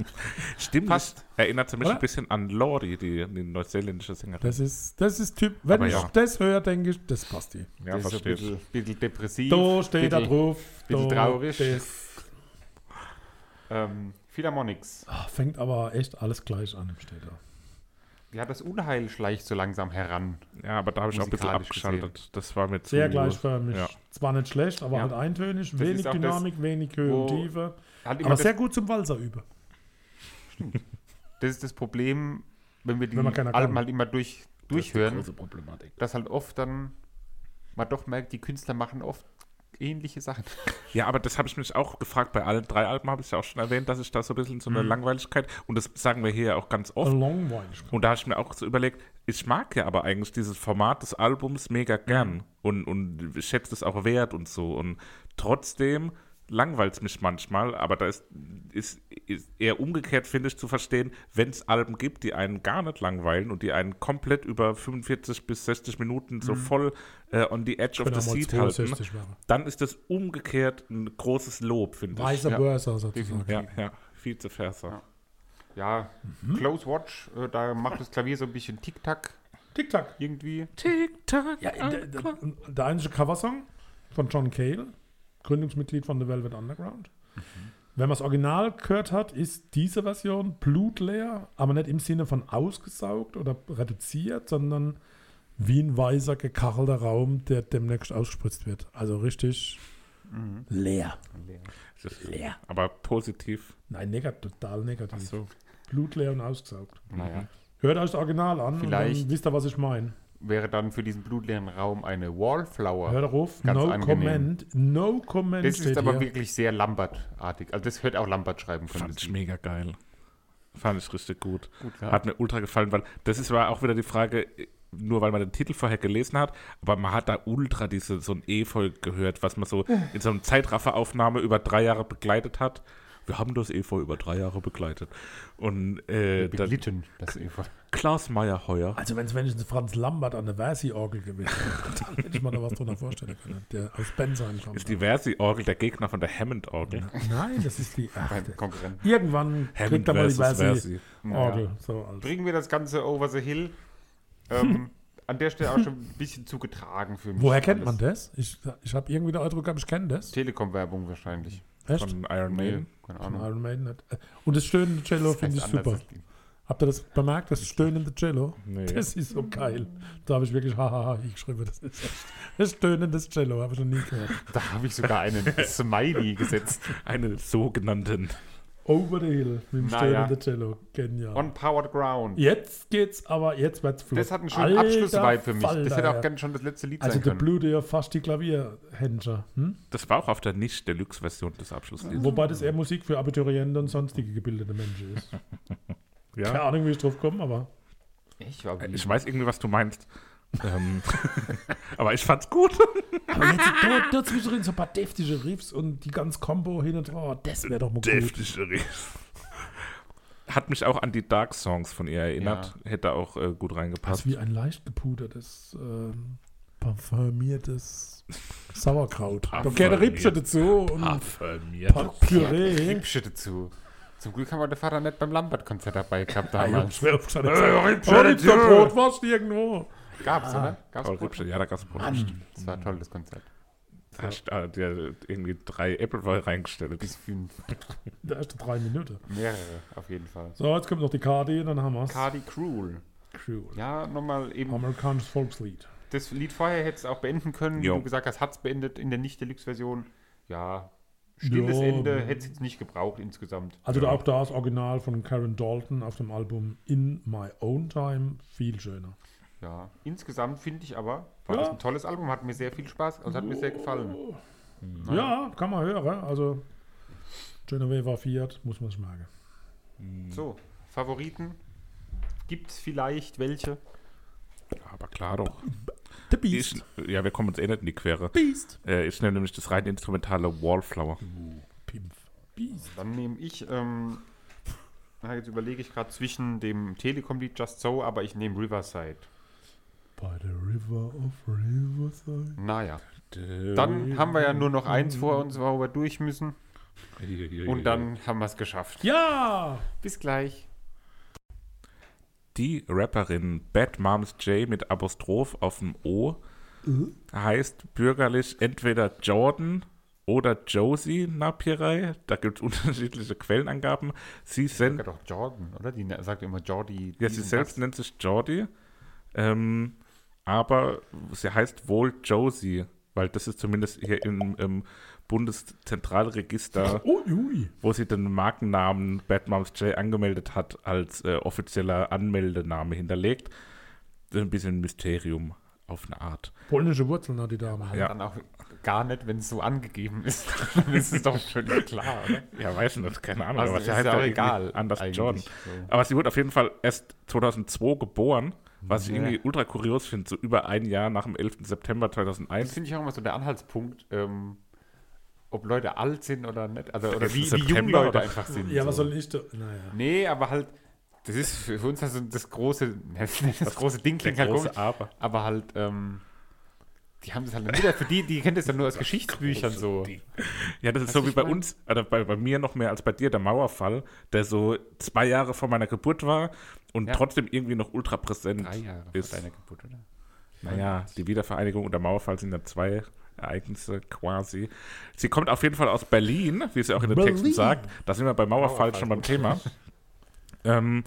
Stimmt. Passt. Erinnert mich Oder? ein bisschen an Lori, die, die neuseeländische Sängerin. Das ist, das ist Typ, wenn Aber ich ja. das höre, denke ich, das ist Basti. Ja, Das ist so ein verstehe. bisschen, bisschen depressiv. Da steht da bisschen, drauf. bisschen da traurig. Das, Ähm, Philharmonics. Ah, fängt aber echt alles gleich an, steht da. Ja, das Unheil schleicht so langsam heran. Ja, aber da habe ich auch ein bisschen Musikalisch abgeschaltet. Das war mir zu. Sehr gleichförmig. Ja. Zwar nicht schlecht, aber Ja. halt eintönig. Das wenig ist auch das, Dynamik, wenig Höhe und wo Tiefe. Hat immer Aber das, sehr gut zum Walzer über. das ist das Problem, wenn wir die Wenn man keiner Alben kann. halt immer durch, durchhören, Problematik. dass halt oft dann man doch merkt, die Künstler machen oft ähnliche Sachen. Ja, aber das habe ich mich auch gefragt. Bei allen drei Alben habe ich ja auch schon erwähnt, dass ich da so ein bisschen Mhm. so eine Langweiligkeit. Und das sagen wir hier ja auch ganz oft. Longweilig. Und da habe ich mir auch so überlegt, ich mag ja aber eigentlich dieses Format des Albums mega gern und, und ich schätze es auch wert und so. Und trotzdem langweilt es mich manchmal, aber da ist, ist, ist eher umgekehrt, finde ich, zu verstehen, wenn es Alben gibt, die einen gar nicht langweilen und die einen komplett über 45 bis 60 Minuten so voll äh, on the edge of Wenn the er mal seat halten, ne? 62 wäre. dann ist das umgekehrt ein großes Lob, finde ich. Weißer Ja. Börser sozusagen. Ja, ja, viel zu verser. Ja, Mhm. Close Watch, äh, da macht das Klavier so ein bisschen Tick-Tack Tick-Tack. irgendwie. Ja, der, der, der einzige Coversong von John Cale, Gründungsmitglied von The Velvet Underground. Mhm. Wenn man das Original gehört hat, ist diese Version blutleer, aber nicht im Sinne von ausgesaugt oder reduziert, sondern wie ein weißer, gekachelter Raum, der demnächst ausgespritzt wird. Also richtig Mhm. leer. Das ist Leer. Aber positiv. Nein, negativ, total negativ. Ach so. Blutleer und ausgesaugt. Naja. Hört euch das Original an und Vielleicht. dann wisst ihr, was ich meine. Wäre dann für diesen blutleeren Raum eine Wallflower. Hört auf, Oh, Ganz no angenehm. comment, no comment das steht ist aber hier. wirklich sehr Lambert-artig. Also das hätte auch Lambert schreiben können. Fand das ich Lied. mega geil. Fand ich richtig gut. Gut, ja. Hat mir ultra gefallen, weil das ist war auch wieder die Frage, nur weil man den Titel vorher gelesen hat, aber man hat da ultra diese, so ein Efeu gehört, was man so in so einer Zeitrafferaufnahme über drei Jahre begleitet hat. Wir haben das Efeu über drei Jahre begleitet. Und äh, dann Beglitten, das Eva. Klaus Meyer heuer. Also wenn es wenigstens Franz Lambert an der Versi-Orgel gewesen wäre, dann hätte ich mir da was drunter vorstellen können, der aus Ben sein kommt. Ist die Versi-Orgel der Gegner von der Hammond-Orgel. Nein, das ist die Beim achte. Konkurrenten. Irgendwann kriegt er mal die versus Versi-Orgel. Naja. So also. als Bringen wir das Ganze over the hill. Ähm, an der Stelle auch schon ein bisschen zugetragen für mich. Woher kennt man das? das? Ich, ich habe irgendwie den Eindruck, gehabt, ich kenne das. Telekom-Werbung wahrscheinlich. Echt? Von Iron Maiden. keine Von Ahnung. Iron Maiden. hat- äh, Und das stöhnende Cello Das finde ich heißt anders, super. das Lied. Habt ihr das bemerkt, das stöhnende Cello? Nee. Das ist so geil. Da habe ich wirklich hahaha geschrieben. Das ist echt. Das stöhnende Cello habe ich noch nie gehört. Da habe ich sogar einen Smiley gesetzt. Eine sogenannten. Over the Hill mit dem Naja. stöhnenden Cello. Genial. On Powered Ground. Jetzt geht's aber, jetzt wird's fluch. Das hat einen schönen Abschlussvibe für mich. das hätte auch gerne schon das letzte Lied Also sein der können. blutet ja fast die Klavierhändler. Hm? Das war auch auf der Nicht-Deluxe-Version des Abschlussliedes. Wobei das eher Musik für Abiturienten und sonstige gebildete Menschen ist. Ja. Keine Ahnung, wie ich drauf komme, aber Ich, war Ich weiß irgendwie, was du meinst. ähm, aber ich fand's gut. Aber jetzt da, da zwischendrin so ein paar deftige Riffs und die ganze Combo hin und her, das wäre doch mal gut. Deftig, Hat mich auch an die Dark Songs von ihr erinnert. Hätte auch äh, gut Das ist reingepasst. wie ein leicht gepudertes, ähm, parfümiertes Sauerkraut. Da Parfümiert. gerne Rippchen dazu und ein Affirmiert. paar Püree. Hübsche dazu. Zum Glück haben wir den Vater nicht beim Lambert-Konzert dabei gehabt Ah, Jungs, damals. schwer aufgestanden. Äh, Rippchen Oh, Rippchen dazu. Brot, warst du irgendwo? Gab's, Ah. oder? Gab's Paul Brot? Ripsche, ja, da gab's Brot. Das war ein tolles Konzert. Da hast äh, dir irgendwie drei Appleboy reingestellt. Bis fünf. Der erste drei Minuten. Mehrere, auf jeden Fall. So, jetzt kommt noch die Kadi und dann haben wir's. Cardi Cruel. Crew. Ja, nochmal eben. Amerikanisches Volkslied. Das Lied vorher hättest du auch beenden können, wie Jo. du gesagt hast, hat's beendet in der Nicht-Deluxe-Version. Ja, stilles Ja. Ende hätte es jetzt nicht gebraucht insgesamt. Also Ja. auch da das Original von Karen Dalton auf dem Album In My Own Time viel schöner. Ja, insgesamt finde ich aber, war Ja. das ein tolles Album, hat mir sehr viel Spaß, also hat mir sehr gefallen. Ja, kann man hören. Also Genevieve Fiat, muss man sich merken. So, Favoriten. Gibt es vielleicht welche? Aber klar doch. The Ich, ja, wir kommen uns eh nicht in die Quere. Beast. Äh, ich nehme nämlich das rein instrumentale Wallflower. Pimpf. Beast. Dann nehme ich, ähm, na, jetzt überlege ich gerade zwischen dem Telekom-Lied Just So, aber ich nehme Riverside. By the river of Riverside. Naja, dann haben wir ja nur noch eins vor uns, worüber wir durch müssen. Und dann haben wir es geschafft. Ja! Bis gleich. Die Rapperin Bad Moms J mit Apostroph auf dem O heißt bürgerlich entweder Jordan oder Josie Napierei. Da gibt es unterschiedliche Quellenangaben. Sie, Ja, sen doch Jordan, oder? Die ne- sagt immer Jordi. ja, sie selbst nennt sich Jordi, ähm, aber sie heißt wohl Josie, weil das ist zumindest hier im, im Bundeszentralregister, Oh, ui. wo sie den Markennamen Bad Moms J angemeldet hat, als äh, offizieller Anmeldename hinterlegt. Das ist ein bisschen ein Mysterium auf eine Art. Polnische Wurzeln hat die Dame. ne, Ja. ja. Dann auch gar nicht, wenn es so angegeben ist. Dann ist es doch schon klar, oder? Ja, weiß nicht, keine Ahnung. Also aber ist sie ja heißt auch ja egal egal. Anders eigentlich, Jordan. so. Aber sie wurde auf jeden Fall erst 2002 geboren, was ich Ja. irgendwie ultra kurios finde, so über ein Jahr nach dem 11. September Das 2001. finde ich auch immer so der Anhaltspunkt, ähm, ob Leute alt sind oder nicht. Also, oder Ist wie, es wie jung September Leute oder- einfach sind. Ja, was so. soll ich da? Naja. Nee, aber halt, das ist für für uns also das große, das, große Ding Der klingt halt große komisch, Aber. aber halt, ähm, die haben das halt nicht. Für die, die kennen das ja nur aus Geschichtsbüchern so. Ja, das ist Weißt so du, wie ich bei mein- uns, oder bei, bei mir noch mehr als bei dir, der Mauerfall, der so zwei Jahre vor meiner Geburt war und Ja. trotzdem irgendwie noch ultra präsent Drei Jahre ist. vor deiner Geburt, oder? Naja, die Wiedervereinigung und der Mauerfall sind ja zwei Ereignisse quasi. Sie kommt auf jeden Fall aus Berlin, wie sie auch in den Berlin. Texten sagt. Da sind wir bei Mauerfall, Mauerfall, schon beim Thema. ähm,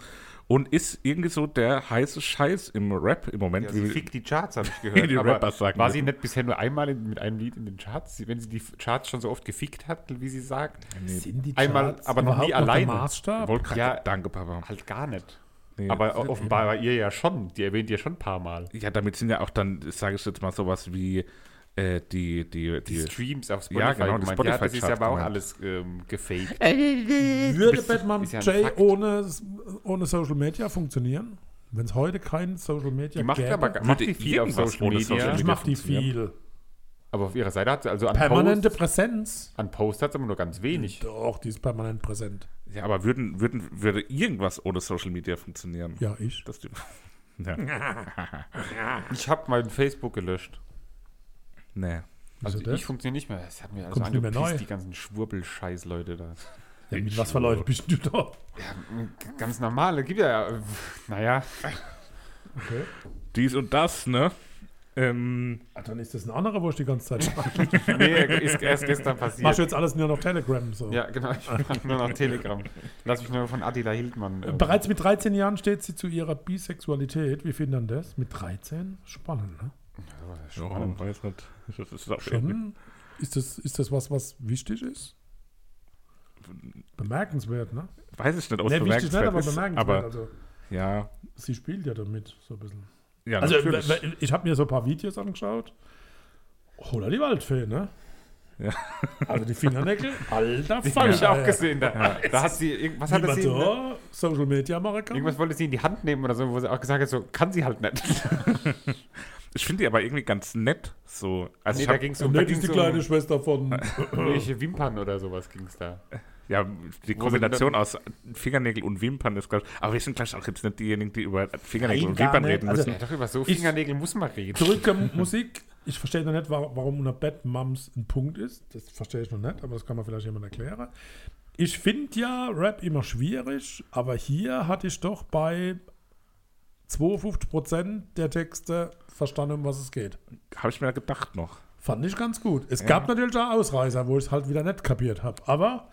und ist irgendwie so der heiße Scheiß im Rap im Moment. Ja, wie- sie fickt die Charts, habe ich gehört. Die aber Rapper sagen war das. sie nicht bisher nur einmal in, mit einem Lied in den Charts? Sie- Wenn sie die F- Charts schon so oft gefickt hat, wie sie sagt, Sind die Einmal, Charts aber noch nie überhaupt alleine. Der Maßstab? Wollte gerade Ja. sagen, danke, Papa. halt gar nicht. Nee, aber das- o- offenbar bei ihr ja schon. Die erwähnt ihr schon ein paar Mal. ja, damit sind ja auch dann, sage ich jetzt mal, sowas wie äh, die, die, Die die, Streams auf Spotify. Ja, genau, die gemeint. ja, das ist Spotify-Charts aber auch gemeint. alles ähm, gefaked. Äh, Würde Batman ist ja ein J Fakt. ohne, ohne Social Media funktionieren? Wenn es heute kein Social Media Die macht gäbe? aber macht die Würde viel auf irgendwas Social ohne Media. Social ich Media. mach die funktionieren. viel. Aber auf ihrer Seite hat sie also an Permanente Posts, Präsenz. an Posts hat sie aber nur ganz wenig. Doch, die ist permanent präsent. ja, aber würden, würden, würde irgendwas ohne Social Media funktionieren? Ja, ich. Das stimmt. Ja. Ich habe mein Facebook gelöscht. Nee. Wieso Also das? ich funktioniere nicht mehr. Das hat mir alles Kommst nicht mehr angepisst, neu. die ganzen Schwurbel-Scheiß-Leute da. Ja, mit was für Leuten bist du da? Ganz normale, gibt ja, äh, naja. Okay. Dies und das, ne? Ähm, Ah, dann ist das ein anderer, wo ich die ganze Zeit mache. Nee, ist erst gestern passiert. Machst du jetzt alles nur noch Telegram. So. Ja, genau, ich mach nur noch Telegram. Lass mich nur von Attila Hildmann. Äh, Bereits mit 13 Jahren steht sie zu ihrer Bisexualität. Wie finden denn das? Mit 13? Spannend, ne? ja, spannend. weiß nicht. Das ist auch irgendwie- Schon. Ist das, ist das was, was wichtig ist? Bemerkenswert, ne? Weiß ich nicht, ob es Ne, wichtig nicht, bemerkenswert aber ist, bemerkenswert. aber also, ja, sie spielt ja damit so ein bisschen. ja also, natürlich. w- w- ich habe mir so ein paar Videos angeschaut. Oder die Waldfee, ne? Ja. Also die Fingernägel, alter Das habe ich auch ey. gesehen. Da, da hat sie, irgend- was hat das Niemand sie, ne? da Social Media machen kann. irgendwas wollte sie in die Hand nehmen oder so, wo sie auch gesagt hat, so kann sie halt Also nicht. ich finde die aber irgendwie ganz nett so. Also Nee, ich da hab, ging es Und um, da nett ist ging's die um kleine Schwester von. irgendwelche Wimpern oder sowas ging es da. ja, die Wo sind Kombination aus Fingernägel und Wimpern ist gleich. Aber wir sind gleich auch jetzt nicht diejenigen, die über Fingernägel Nein, und gar Wimpern nicht. reden Also- müssen. Ja, doch, über so Ich- Fingernägel muss man reden. Zurück zur Musik. Ich verstehe noch nicht, wa- warum unter Bad Moms ein Punkt ist. Das verstehe ich noch nicht, aber das kann man vielleicht jemand erklären. Ich finde ja Rap immer schwierig, aber hier hatte ich doch bei 52% der Texte verstanden, um was es geht. Habe ich mir gedacht noch. Fand ich ganz gut. Es gab natürlich auch Ausreißer, wo ich es halt wieder nicht kapiert habe. Aber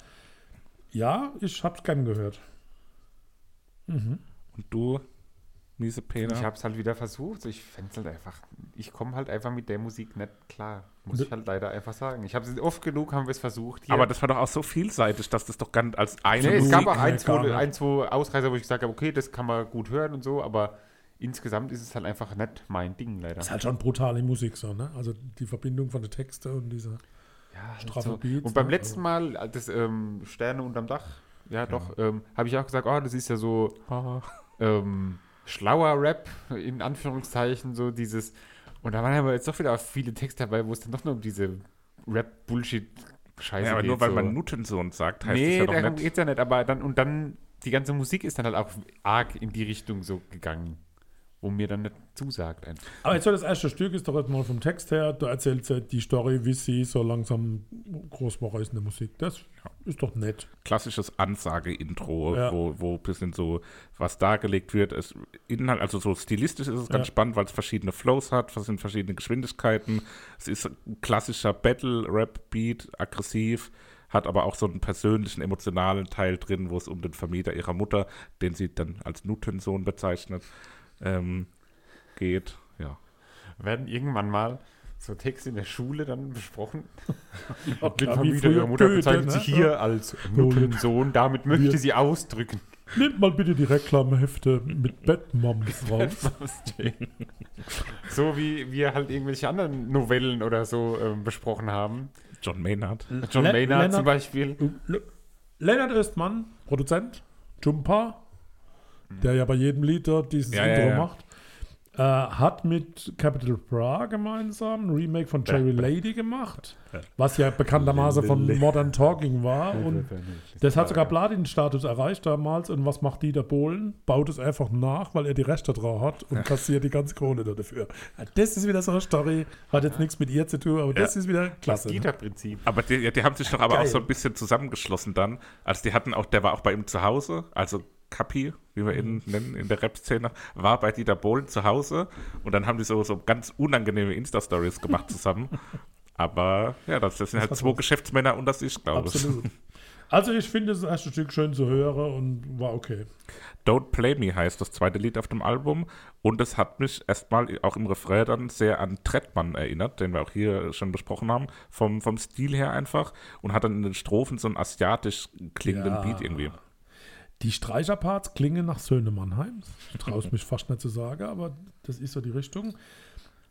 ja, ich habe es gern gehört. Und du Miese Pena. Ich hab's halt wieder versucht. Ich find's halt einfach. Ich komme halt einfach mit der Musik nicht klar. Muss ich halt leider einfach sagen. Ich hab's oft genug, haben wir es versucht. hier. Aber das war doch auch so vielseitig, dass das doch gar nicht als eine nee, es Musik... gab auch ein, Nee, gar zwei, nicht. ein, zwei Ausreißer, wo ich gesagt habe, okay, das kann man gut hören und so, aber insgesamt ist es halt einfach nicht mein Ding leider. Ist halt schon brutale Musik so, ne? Also die Verbindung von den Texten und dieser. Ja, halt Straffe so. Beats, Und beim ne? letzten Mal, äh, das ähm, Sterne unterm Dach, ja, doch, ähm, habe ich auch gesagt, oh, das ist ja so ähm, schlauer Rap, in Anführungszeichen, so dieses. Und da waren aber jetzt doch wieder viele Texte dabei, wo es dann doch nur um diese Rap-Bullshit-Scheiße ja, aber geht. nur weil so. man Nuttensohn sagt, heißt das Nee, ja darum doch nicht. geht's ja nicht, aber dann, und dann, die ganze Musik ist dann halt auch arg in die Richtung so gegangen, wo mir dann nicht zusagt einfach. Aber jetzt so das erste Stück ist doch jetzt mal vom Text her, da erzählt sie die Story, wie sie so langsam groß geworden ist in der Musik. Das ist doch nett. Klassisches Ansage-Intro, Ja. wo, wo ein bisschen so was dargelegt wird. Es, Inhalt, also so stilistisch ist es ganz Ja. spannend, weil es verschiedene Flows hat, es sind verschiedene Geschwindigkeiten. Es ist ein klassischer Battle-Rap-Beat, aggressiv, hat aber auch so einen persönlichen, emotionalen Teil drin, wo es um den Vermieter ihrer Mutter, den sie dann als Nuttensohn bezeichnet, ähm, geht. Ja. werden irgendwann mal so Texte in der Schule dann besprochen. Und klar, den wie Vermieter früher ihrer Mutter Goethe, bezeichnet ne? sich hier als Muttersohn. Damit möchte sie ausdrücken. Nehmt mal bitte die Reklamhefte mit Batmums raus. so wie wir halt irgendwelche anderen Novellen oder so ähm, besprochen haben. John Maynard. John Le- Maynard Leonard- zum Beispiel. Le Lennart Östmann, Produzent, Jumper, der ja bei jedem Lied dort dieses Ja, Intro ja, ja. macht, äh, hat mit Capital Bra gemeinsam ein Remake von Jerry Lady gemacht, was ja bekanntermaßen von Modern Talking war. Und das hat sogar Platin-Status erreicht damals. Und was macht Dieter Bohlen? Baut es einfach nach, weil er die Rechte drauf hat und kassiert die ganze Krone da dafür. Ja, Das ist wieder so eine Story. Hat jetzt nichts mit ihr zu tun, aber das ist wieder klasse. ne? Dieter-Prinzip. Aber die, die haben sich doch aber Geil. auch so ein bisschen zusammengeschlossen dann. Also die hatten auch, der war auch bei ihm zu Hause, also Kapi, wie wir Mhm. ihn nennen in der Rap-Szene, war bei Dieter Bohlen zu Hause und dann haben die so, so ganz unangenehme Insta-Stories gemacht zusammen. Aber ja, das, das sind halt zwei Geschäftsmänner unter sich, glaube ich. Absolut. Also ich finde das erste Stück schön zu hören und war okay. Don't Play Me heißt das zweite Lied auf dem Album und es hat mich erstmal auch im Refrain dann sehr an Trettmann erinnert, den wir auch hier schon besprochen haben, vom, vom Stil her einfach und hat dann in den Strophen so einen asiatisch klingenden Ja. Beat irgendwie. Die Streicherparts klingen nach Söhne Mannheims. Ich traue es mich fast nicht zu sagen, aber das ist so die Richtung.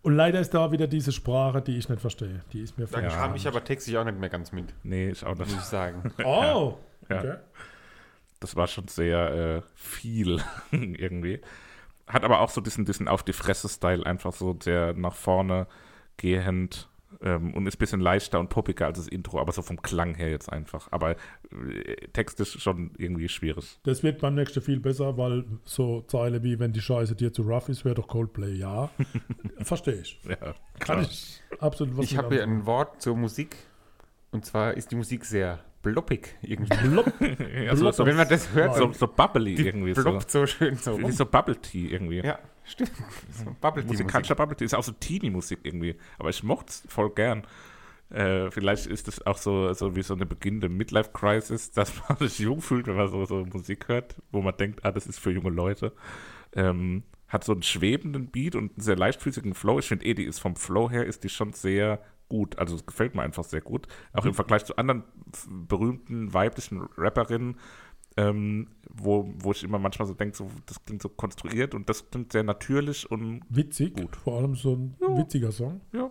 Und leider ist da wieder diese Sprache, die ich nicht verstehe. Die ist mir Da fremd. kam ich aber textlich auch nicht mehr ganz mit, Nee, ich auch nicht. muss Hm. ich sagen. Oh! Ja. Okay. Das war schon sehr äh, viel irgendwie. Hat aber auch so diesen, diesen Auf die Fresse-Style, einfach so sehr nach vorne gehend ähm, und ist ein bisschen leichter und poppiger als das Intro, aber so vom Klang her jetzt einfach. Aber äh, Text ist schon irgendwie schwierig. Das wird beim nächsten viel besser, weil so Zeile wie, wenn die Scheiße dir zu rough ist, wäre doch Coldplay, ja. verstehe ich. Ja, Kann klar. ich absolut was Ich habe hier ein Wort zur Musik. Und zwar ist die Musik sehr bloppig irgendwie. ja, so, so, Wenn man das hört, so, so bubbly Die irgendwie. So, ploppt so schön so wie rum. so Bubble Tea irgendwie. Ja, stimmt. So Bubble Tea Musikalischer Bubble Tea ist auch so Teenie-Musik irgendwie. Aber ich mochte es voll gern. Äh, vielleicht ist es auch so, so wie so eine beginnende Midlife-Crisis, dass man sich jung fühlt, wenn man so, so Musik hört, wo man denkt, ah, das ist für junge Leute. Ähm, hat so einen schwebenden Beat und einen sehr leichtfüßigen Flow. Ich finde eh, die ist vom Flow her, ist die schon sehr gut. Also es gefällt mir einfach sehr gut. Auch im Vergleich zu anderen f- berühmten weiblichen Rapperinnen, ähm, wo, wo ich immer manchmal so denke, so, das klingt so konstruiert und das klingt sehr natürlich und Witzig, Gut. vor allem so ein witziger Song. ja.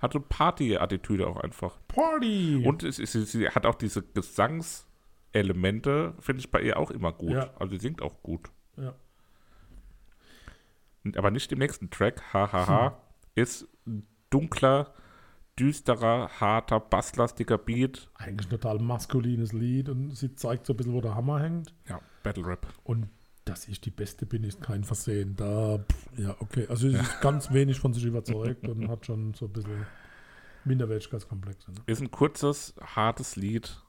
Hat so Party-Attitüde auch einfach. Party! Und es, ist- sie, sie hat auch diese Gesangselemente, finde ich bei ihr auch immer gut. Ja. Also sie singt auch gut. Ja. Und- Aber nicht im nächsten Track, hahaha, ist ein dunkler, düsterer, harter, basslastiger Beat. eigentlich ein total maskulines Lied und sie zeigt so ein bisschen, wo der Hammer hängt. Ja, Battle Rap. Und dass ich die Beste bin, ist kein Versehen. Da, pff, ja, okay. Also sie ist ganz wenig von sich überzeugt und hat schon so ein bisschen Minderwertigkeitskomplexe. Ne? Ist ein kurzes, hartes Lied.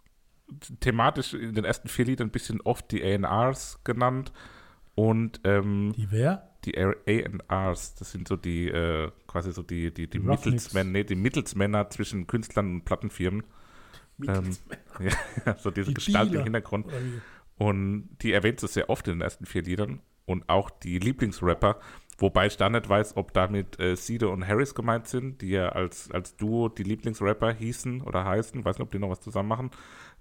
Thematisch in den ersten vier Liedern ein bisschen oft die ANRs genannt. Und ähm, Die wer? die A&Rs, das sind so die äh, quasi so die die die, Roughnecks. Mittelsmänner, nee, die Mittelsmänner zwischen Künstlern und Plattenfirmen. Ähm, ja, so diese Die Gestalt im Dealer. Hintergrund Oder wie? und die erwähnt es sehr oft in den ersten vier Liedern und auch die Lieblingsrapper, wobei ich da nicht weiß, ob damit äh, Sido und Harris gemeint sind, die ja als, als Duo die Lieblingsrapper hießen oder heißen, weiß nicht, ob die noch was zusammen machen,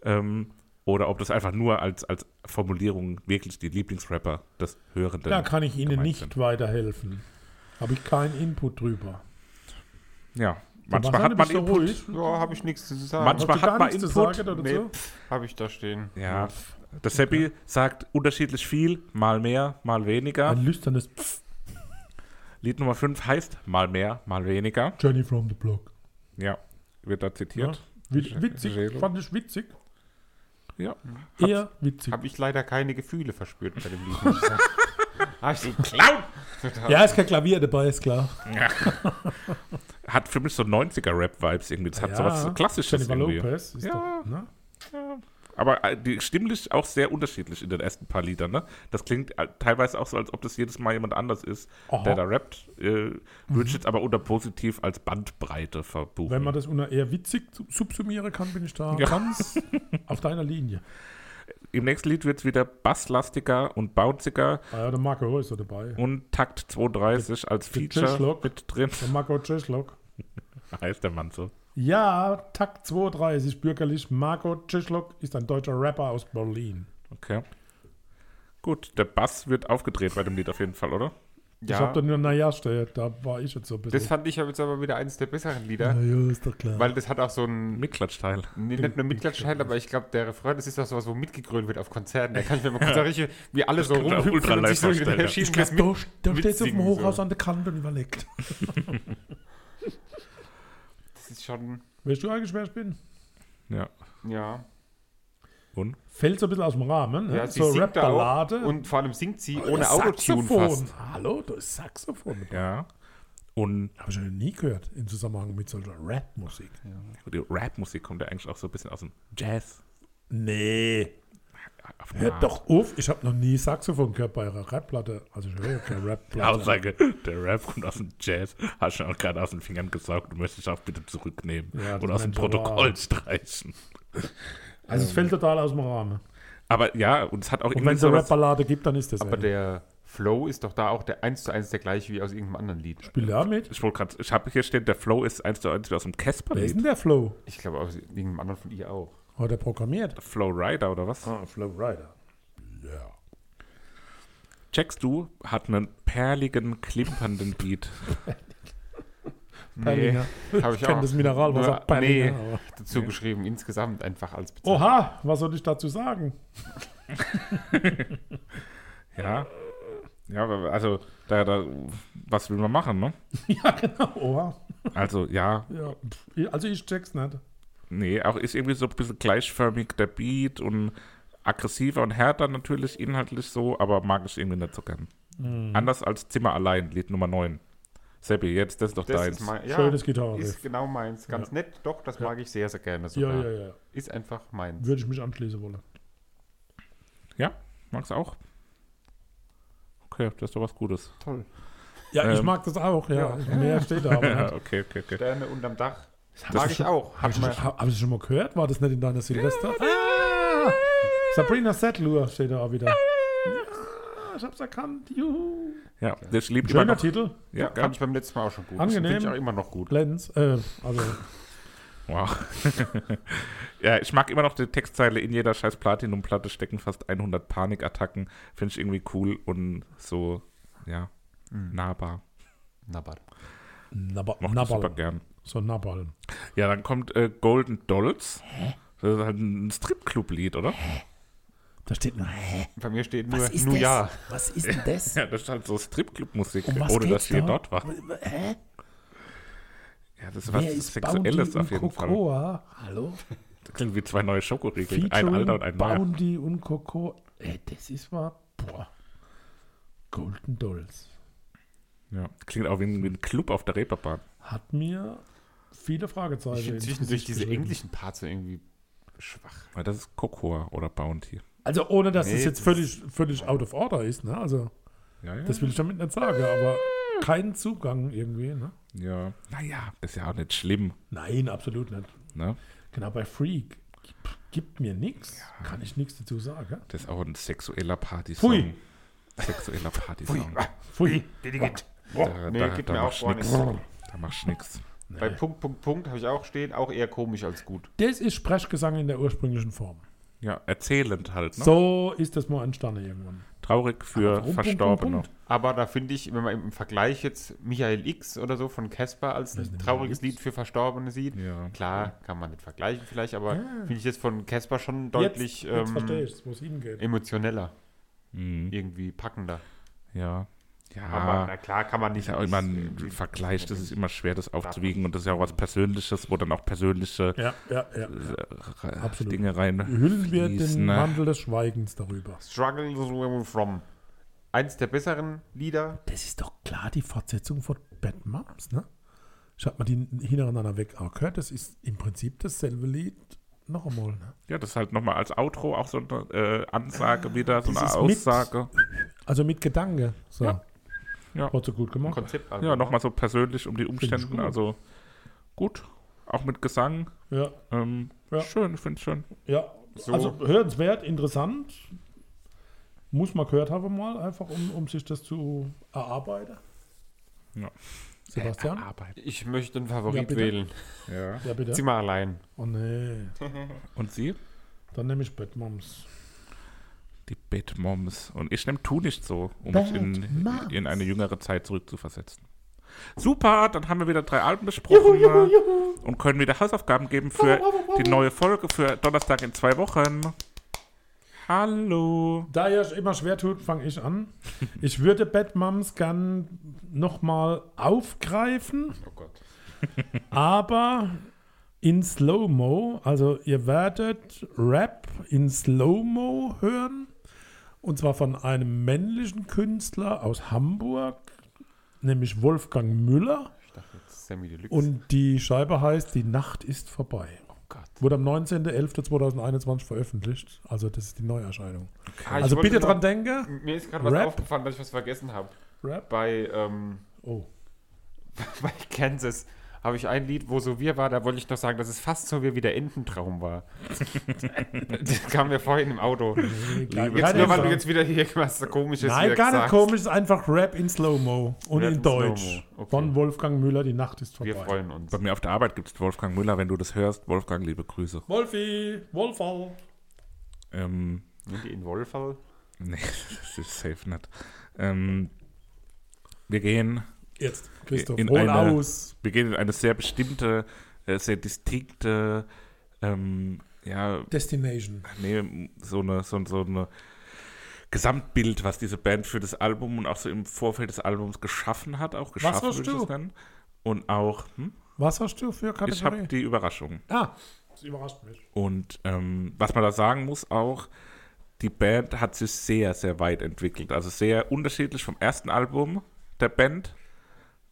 ähm, oder ob das einfach nur als, als Formulierung wirklich die Lieblingsrapper des Hörenden. Da kann ich Ihnen gemeint nicht sind. weiterhelfen. Habe ich keinen Input drüber. Ja, manchmal hat man so Input. ruhig. Ja, habe ich nichts zu sagen. Manchmal- Hast du hat gar man nichts zu Input? sagen oder nee, so? pff, habe ich da stehen. Ja, das Seppi sagt unterschiedlich viel, mal mehr, mal weniger. Ein lüsternes Pff, Lied Nummer 5 heißt mal mehr, mal weniger. Journey from the Block. Ja, wird da Ja. zitiert. Wit- Witzig, Redo. fand ich witzig. Ja. Eher witzig. Habe ich leider keine Gefühle verspürt bei dem Lied. muss ich sagen. Ah, ich Clown! Ja, ist kein Klavier dabei, ist klar. Hat für mich so 90er-Rap-Vibes irgendwie. Das hat ja, so was Klassisches Jennifer irgendwie. Lopez ist Ja. doch, ne? Aber äh, die stimmlich auch sehr unterschiedlich in den ersten paar Liedern. Ne? Das klingt äh, teilweise auch so, als ob das jedes Mal jemand anders ist, Aha. Mhm. der da rappt. Äh, Würde ich jetzt aber unter positiv als Bandbreite verbuchen. Wenn man das unter eher witzig zu- subsumieren kann, bin ich da Ja. ganz auf deiner Linie. Im nächsten Lied wird es wieder basslastiger und bounciger Ah ja, der Marco ist ja dabei. und Takt 32 als mit Feature Cashlock. mit drin. Der Marco Czeschlock. Heißt der Mann so. Ja, Takt 32, bürgerlich. Marco Czeschlock ist ein deutscher Rapper aus Berlin. Okay. Gut, der Bass wird aufgedreht bei dem Lied auf jeden Fall, oder? Ich Ja, hab da nur Naja stehen, da war ich jetzt so ein bisschen. das fand ich aber jetzt aber wieder eines der besseren Lieder, naja, ist doch klar. weil das hat auch so ein, Mitklatschteil. nee, nicht nur Mitklatschteil, aber ich glaube, der Refrain, das ist auch sowas, wo mitgegrölt wird auf Konzerten. Da kann ich mir mal kurz da richtig, wie alle so kann ich mir ultra rumhüpfen und sich live so hin und vorstellen, ja. her ich schieben. glaub, da, da mit steht auf dem singen Hochhaus so. an der Kante und überlegt. Das ist schon, Weißt du eigentlich, wer ich bin? Ja. ja. Und? Fällt so ein bisschen aus dem Rahmen. Ne? ja sie so singt da auch Rap-Ballade. und vor allem singt sie Äh, ohne Autotune Saxophon. fast. Hallo, da ist Saxophon. Ja. Und Habe ich noch nie gehört im Zusammenhang mit solcher Rap-Musik. die Rap-Musik kommt ja eigentlich auch so ein bisschen aus dem Jazz. Nee. Auf eine Hört Art. doch auf, ich habe noch nie Saxophon gehört bei einer Rap-Platte. Also ich höre keine Rap-Platte. Aussage, der Rap kommt aus dem Jazz, hast du auch gerade aus den Fingern gesaugt und möchtest auch bitte zurücknehmen Ja, das und aus dem meinte ich aber Protokoll auch. streichen. Also es fällt total aus dem Rahmen. Aber ja, und es hat auch Und wenn irgendwie es eine so was, Rap-Ballade gibt, dann ist das Aber eine. der Flow ist doch da auch der eins zu eins der gleiche wie aus irgendeinem anderen Lied. Spiel da mit. ich, wollte grad- ich habe hier stehen, der Flow ist eins zu eins wie aus dem Casper. Wer ist denn der Flow? Ich glaube aus irgendeinem anderen von ihr auch. Hat er programmiert? Flow Rider oder was? Ah, Flow Rider. Checkst du, hat einen perligen, klimpernden Beat. Perlina. hab ich ich kenne auch. das Mineralwasser Nur- Perlina. nee. aber- Dazu geschrieben, insgesamt einfach als Bezeichnung. Oha, was soll ich dazu sagen? Ja. Ja, aber also, da, da, was will man machen, ne? ja, genau. Oha. Also, ja, Ja. pff, Also ich check's nicht. nee, auch ist irgendwie so ein bisschen gleichförmig der Beat und aggressiver und härter natürlich inhaltlich so, aber mag ich irgendwie nicht so gern. Mhm. Anders als Zimmer allein, Lied Nummer 9. Seppi, jetzt, das ist doch Das deins. ist, mein, ja, Schönes Gitarre. ist genau meins. Ganz nett, doch, das mag ich sehr, sehr gerne Ja, sogar. ja, ja. Ist einfach meins. Würde ich mich anschließen wollen. ja, magst du auch? Okay, das ist doch was Gutes. Toll. Ja, ich Ähm, mag das auch, ja. ja. Mehr steht da aber Ja, nicht. okay, okay, okay. Sterne unterm Dach. Das mag ist ich schon- auch. Hab Hat ich, man- hab ich das schon mal gehört? War das nicht in deiner Silvester? ah, Sabrina Settler steht da auch wieder. Ja, ich hab's erkannt. Juhu. Ja, das liebe ich immer Schöner noch. Titel. Ja, Fand ganz. ich beim letzten Mal auch schon gut. Angenehm. Finde ich auch immer noch gut. Lenz. Äh, also, Wow. ja, ich mag immer noch die Textzeile, in jeder scheiß Platinum-Platte stecken fast 100 Panikattacken. Finde ich irgendwie cool und so, ja, Mhm. nahbar. Nabat. Nabal. Mochte ich super Nabal. gern. So Nabal. Ja, dann kommt äh, Golden Dolls. Das ist halt ein Stripclub-Lied, oder? Da steht nur, hä? Bei mir steht nur, Was ist nur das? ja. Was ist denn das? Ja, das ist halt so Stripclub-Musik, Um was ohne geht's dass wir da? dort waren. Hä? Ja, das ist Wer was ist Sexuelles Bounty auf und jeden Fall. Cocoa. Hallo? Das klingt wie zwei neue Schokoriegel. Ein Featuring alter und ein neuer. Bounty und Cocoa. Ey, das ist mal, boah. Golden Dolls. Ja, klingt auch wie ein, wie ein Club auf der Reeperbahn. Hat mir viele Fragezeichen. Ich finde ins zwischendurch Gesicht diese geschrieben. englischen Parts so irgendwie schwach. Weil Das ist Cocoa oder Bounty. Also ohne, dass Nee, es jetzt das völlig, völlig out of order ist, ne? Also, Ja, ja. das will ich damit nicht sagen, aber keinen Zugang irgendwie, ne? ja. Naja, das ist ja auch nicht schlimm. Nein, absolut nicht. Ne? Genau, bei Freak gibt mir nichts. Kann ich nichts dazu sagen. Das ist auch ein sexueller Party. Pfui. Sexueller Partysong. Pfui. Da, Nee, da, geht da mir machst auch gar nix. nicht. Da machst du nix. Bei Punkt, Punkt, Punkt habe ich auch stehen, auch eher komisch als gut. Das ist Sprechgesang in der ursprünglichen Form. Ja, erzählend halt. Ne? So ist das mal entstanden irgendwann. Traurig für Warum? Verstorbene. Punkt, Punkt, Aber da finde ich, wenn man im Vergleich jetzt Michael X oder so von Casper als ist ein denn trauriges Michael X? Lied für Verstorbene sieht, Ja. klar, kann man nicht vergleichen vielleicht, aber Ja. finde ich jetzt von Casper schon Punkt. deutlich jetzt, jetzt verstehe ähm, ich, wo es Ihnen geht. emotioneller, Mhm. irgendwie packender. Ja. Ja. Ah. Aber na klar kann man ist nicht. ja auch immer ein irgendwie- Vergleich, das ist immer schwer, das aufzuwiegen. Und das ist ja auch was Persönliches, wo dann auch persönliche Ja, ja, ja. äh, re- Absolut. Dinge rein. Hüllen wir Fließen, den ne? Mantel des Schweigens darüber. Struggle Where We're From. Eins der besseren Lieder. Das ist doch klar die Fortsetzung von Bad Moms, ne? Schaut mal die hintereinander weg angehört. Das ist im Prinzip dasselbe Lied noch einmal, ne? Ja, das ist halt nochmal als Outro auch so eine äh, Ansage wieder, so Das eine ist mit- Aussage. Also mit Gedanke. So. Ja. Ja. Hat so gut Ein gemacht. Konzept. also Ja, nochmal so persönlich um die Also ich Umstände. gut. Also gut, auch mit Gesang. Ja, Ähm, Ja. Schön, ich finde schön. ja. So. Also hörenswert, interessant. Muss man gehört haben mal, einfach um, um sich das zu erarbeiten. Ja. Sebastian? Arbeit. Ah, Ich möchte einen Favorit Ja, bitte. wählen. Ja. Ja, bitte. Zieh mal allein. Oh nee. Und Sie? Dann nehme ich Bad Moms. Die Bad Moms. Und ich nehme Tu nicht so, um Bad mich in, Moms. in eine jüngere Zeit zurückzuversetzen. Super, dann haben wir wieder drei Alben besprochen und können wieder Hausaufgaben geben für die neue Folge für Donnerstag in zwei Wochen. Hallo. Da ihr es immer schwer tut, fange ich an. Ich würde Bad Moms gern nochmal aufgreifen, Oh Gott. aber in Slow-Mo. Also ihr werdet Rap in Slow-Mo hören. Und zwar von einem männlichen Künstler aus Hamburg, nämlich Wolfgang Müller. Ich dachte jetzt Sammy Deluxe. Und die Scheibe heißt Die Nacht ist vorbei. oh Gott. Wurde am 19.11.2021 veröffentlicht. Also das ist die Neuerscheinung. Ah, ich also wollte bitte noch- dran denken. Mir ist gerade was Rap. aufgefallen, dass ich was vergessen habe. Rap. Bei, ähm, Oh. bei Kansas habe ich ein Lied, wo so wir war, da wollte ich noch sagen, dass es fast so wie wie der Ententraum war. das kam mir vorhin im Auto. Nein, Jetzt nur, weil du jetzt wieder hier was komisches Nein, wieder gar nicht sagst. komisch, es ist einfach Rap in Slow-Mo und Rap in in Deutsch. Slow-Mo, okay. Von Wolfgang Müller, die Nacht ist vorbei. Wir freuen uns. Bei mir auf der Arbeit gibt es Wolfgang Müller, wenn du das hörst. Wolfgang, liebe Grüße. Wolfi, Wolfall. Ähm, Sind die in Wollfall? nee, das ist safe nicht. Ähm, wir gehen Jetzt, Christoph, In hol eine- aus. wir gehen in eine sehr bestimmte, äh, sehr distinkte, ähm, ja, Destination. nee, so eine, so, so eine Gesamtbild, was diese Band für das Album und auch so im Vorfeld des Albums geschaffen hat, auch geschaffen hast würde ich du? Ah, das nennen. Und auch, hm, Was hast du für ich habe Kategorie? die Überraschung. Ah, das überrascht mich. Und ähm, was man da sagen muss auch, die Band hat sich sehr, sehr weit entwickelt. Also sehr unterschiedlich vom ersten Album der Band,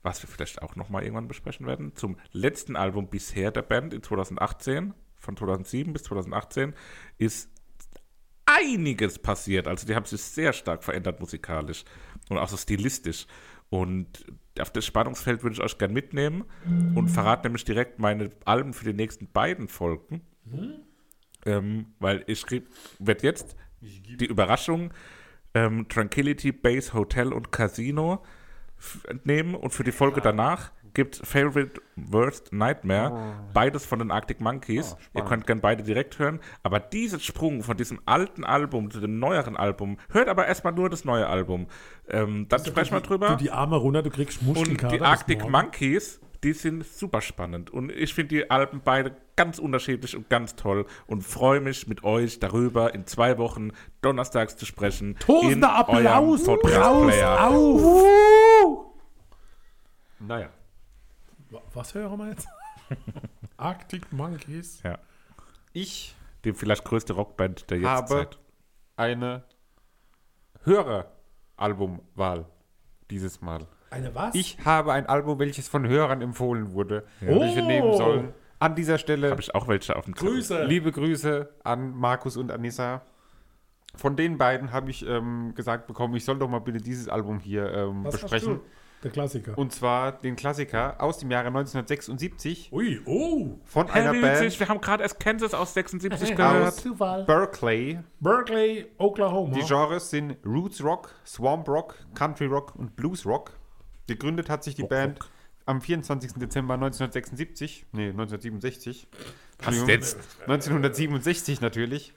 was wir vielleicht auch nochmal irgendwann besprechen werden, zum letzten Album bisher der Band in 2018, von 2007 bis 2018, ist einiges passiert. Also die haben sich sehr stark verändert musikalisch und auch so stilistisch. Und auf das Spannungsfeld würde ich euch gern mitnehmen und verrate nämlich direkt meine Alben für die nächsten beiden Folgen. Ähm, weil ich schrieb, wird jetzt die Überraschung ähm, Tranquility Base Hotel und Casino f- nehmen und für die Folge danach gibt Favorite Worst Nightmare, beides von den Arctic Monkeys. Ihr könnt gern beide direkt hören, aber diesen Sprung von diesem alten Album zu dem neueren Album, hört aber erstmal nur das neue Album. Ähm, dann sprechen wir drüber. Du die Arme runter, du kriegst Und Muschelkater. die bis Arctic morgen. Monkeys, die sind super spannend. Und ich finde die Alben beide ganz unterschiedlich und ganz toll. Und freue mich mit euch darüber in zwei Wochen donnerstags zu sprechen. in Tosender Applaus, eurem raus, Podcast-Player. auf. Naja. Wa- Was hören wir jetzt? Arctic Monkeys. Ja, Ich die vielleicht größte Rockband der habe Jetztzeit. eine höhere Albumwahl dieses Mal. Eine was? Ich habe ein Album, welches von Hörern empfohlen wurde, welches wir Oh. nehmen sollen. An dieser Stelle Habe ich auch welche auf dem Zettel. Grüße. liebe Grüße an Markus und Anissa. Von den beiden habe ich ähm, gesagt bekommen, ich soll doch mal bitte dieses Album hier ähm, Was hast besprechen. du? Der Klassiker. Und zwar den Klassiker aus dem Jahre 1976 Ui, oh! von Hey, einer wie witzig, Band wir haben gerade erst Kansas aus 76 aus gehört. Zufall. Berkeley. Berkeley, Oklahoma. Die Genres sind Roots Rock, Swamp Rock, Country Rock und Blues Rock. Gegründet hat sich die Band am 24. Dezember 1976, nee, 1967. Entschuldigung. jetzt? 1967 natürlich.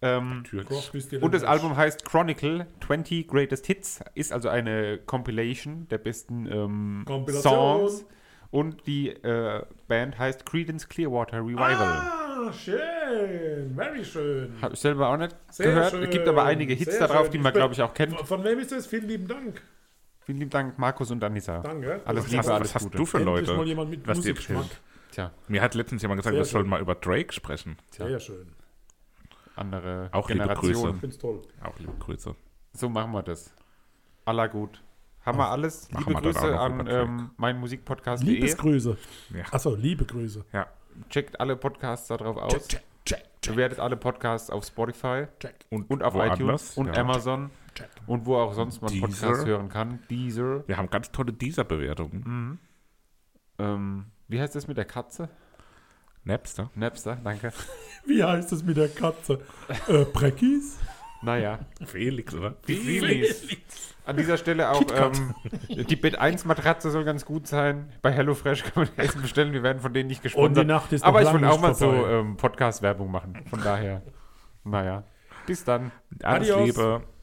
Ähm, Gott, bist du und das denn- Album heißt Chronicle 20 Greatest Hits, ist also eine Compilation der besten ähm, Kompilation. Songs. Und die äh, Band heißt Credence Clearwater Revival. Ah, schön. Very schön. Habe ich selber auch nicht Sehr gehört. schön, Es gibt aber einige Hits sehr darauf, schön. die man, glaube ich, auch kennt. Von, von wem ist das? Vielen lieben Dank. Vielen lieben Dank, Markus und Anissa. Danke. Alles Du Was hast, Liebe, hast was alles hast Gute. du für endlich Leute? mal jemand mit was dir Musikgeschmack. Tja, Mir hat letztens jemand gesagt, Sehr wir sollen schön. mal über Drake sprechen. Sehr schön. andere Auch liebe Ich Generationen. find's toll. Auch liebe Grüße. So machen wir das. Aller gut. Haben wir alles. Machen Liebe wir dann auch Grüße noch an über Track. ähm, meinmusikpodcast.de. Liebesgrüße. Ja. Achso, liebe Grüße. Ja. Checkt alle Podcasts darauf aus. Check, check, check, Bewertet alle Podcasts auf Spotify check, und auf woanders, iTunes und ja. Amazon check. und wo auch sonst man Deezer. Podcasts hören kann. Deezer. Wir haben ganz tolle Deezer-Bewertungen. Ähm, wie heißt das mit der Katze? Napster. Napster, danke. Wie heißt es mit der Katze? äh, Prekis? Naja. Felix, oder? An dieser Stelle auch ähm, die Bit 1 Matratze soll ganz gut sein. Bei HelloFresh kann man Essen bestellen. Wir werden von denen nicht gesponsert. Und die Nacht ist noch Aber ich lang will auch nicht mal so vorbei. ähm, Podcast-Werbung machen. Von daher, naja. Bis dann. Alles Adios. Liebe.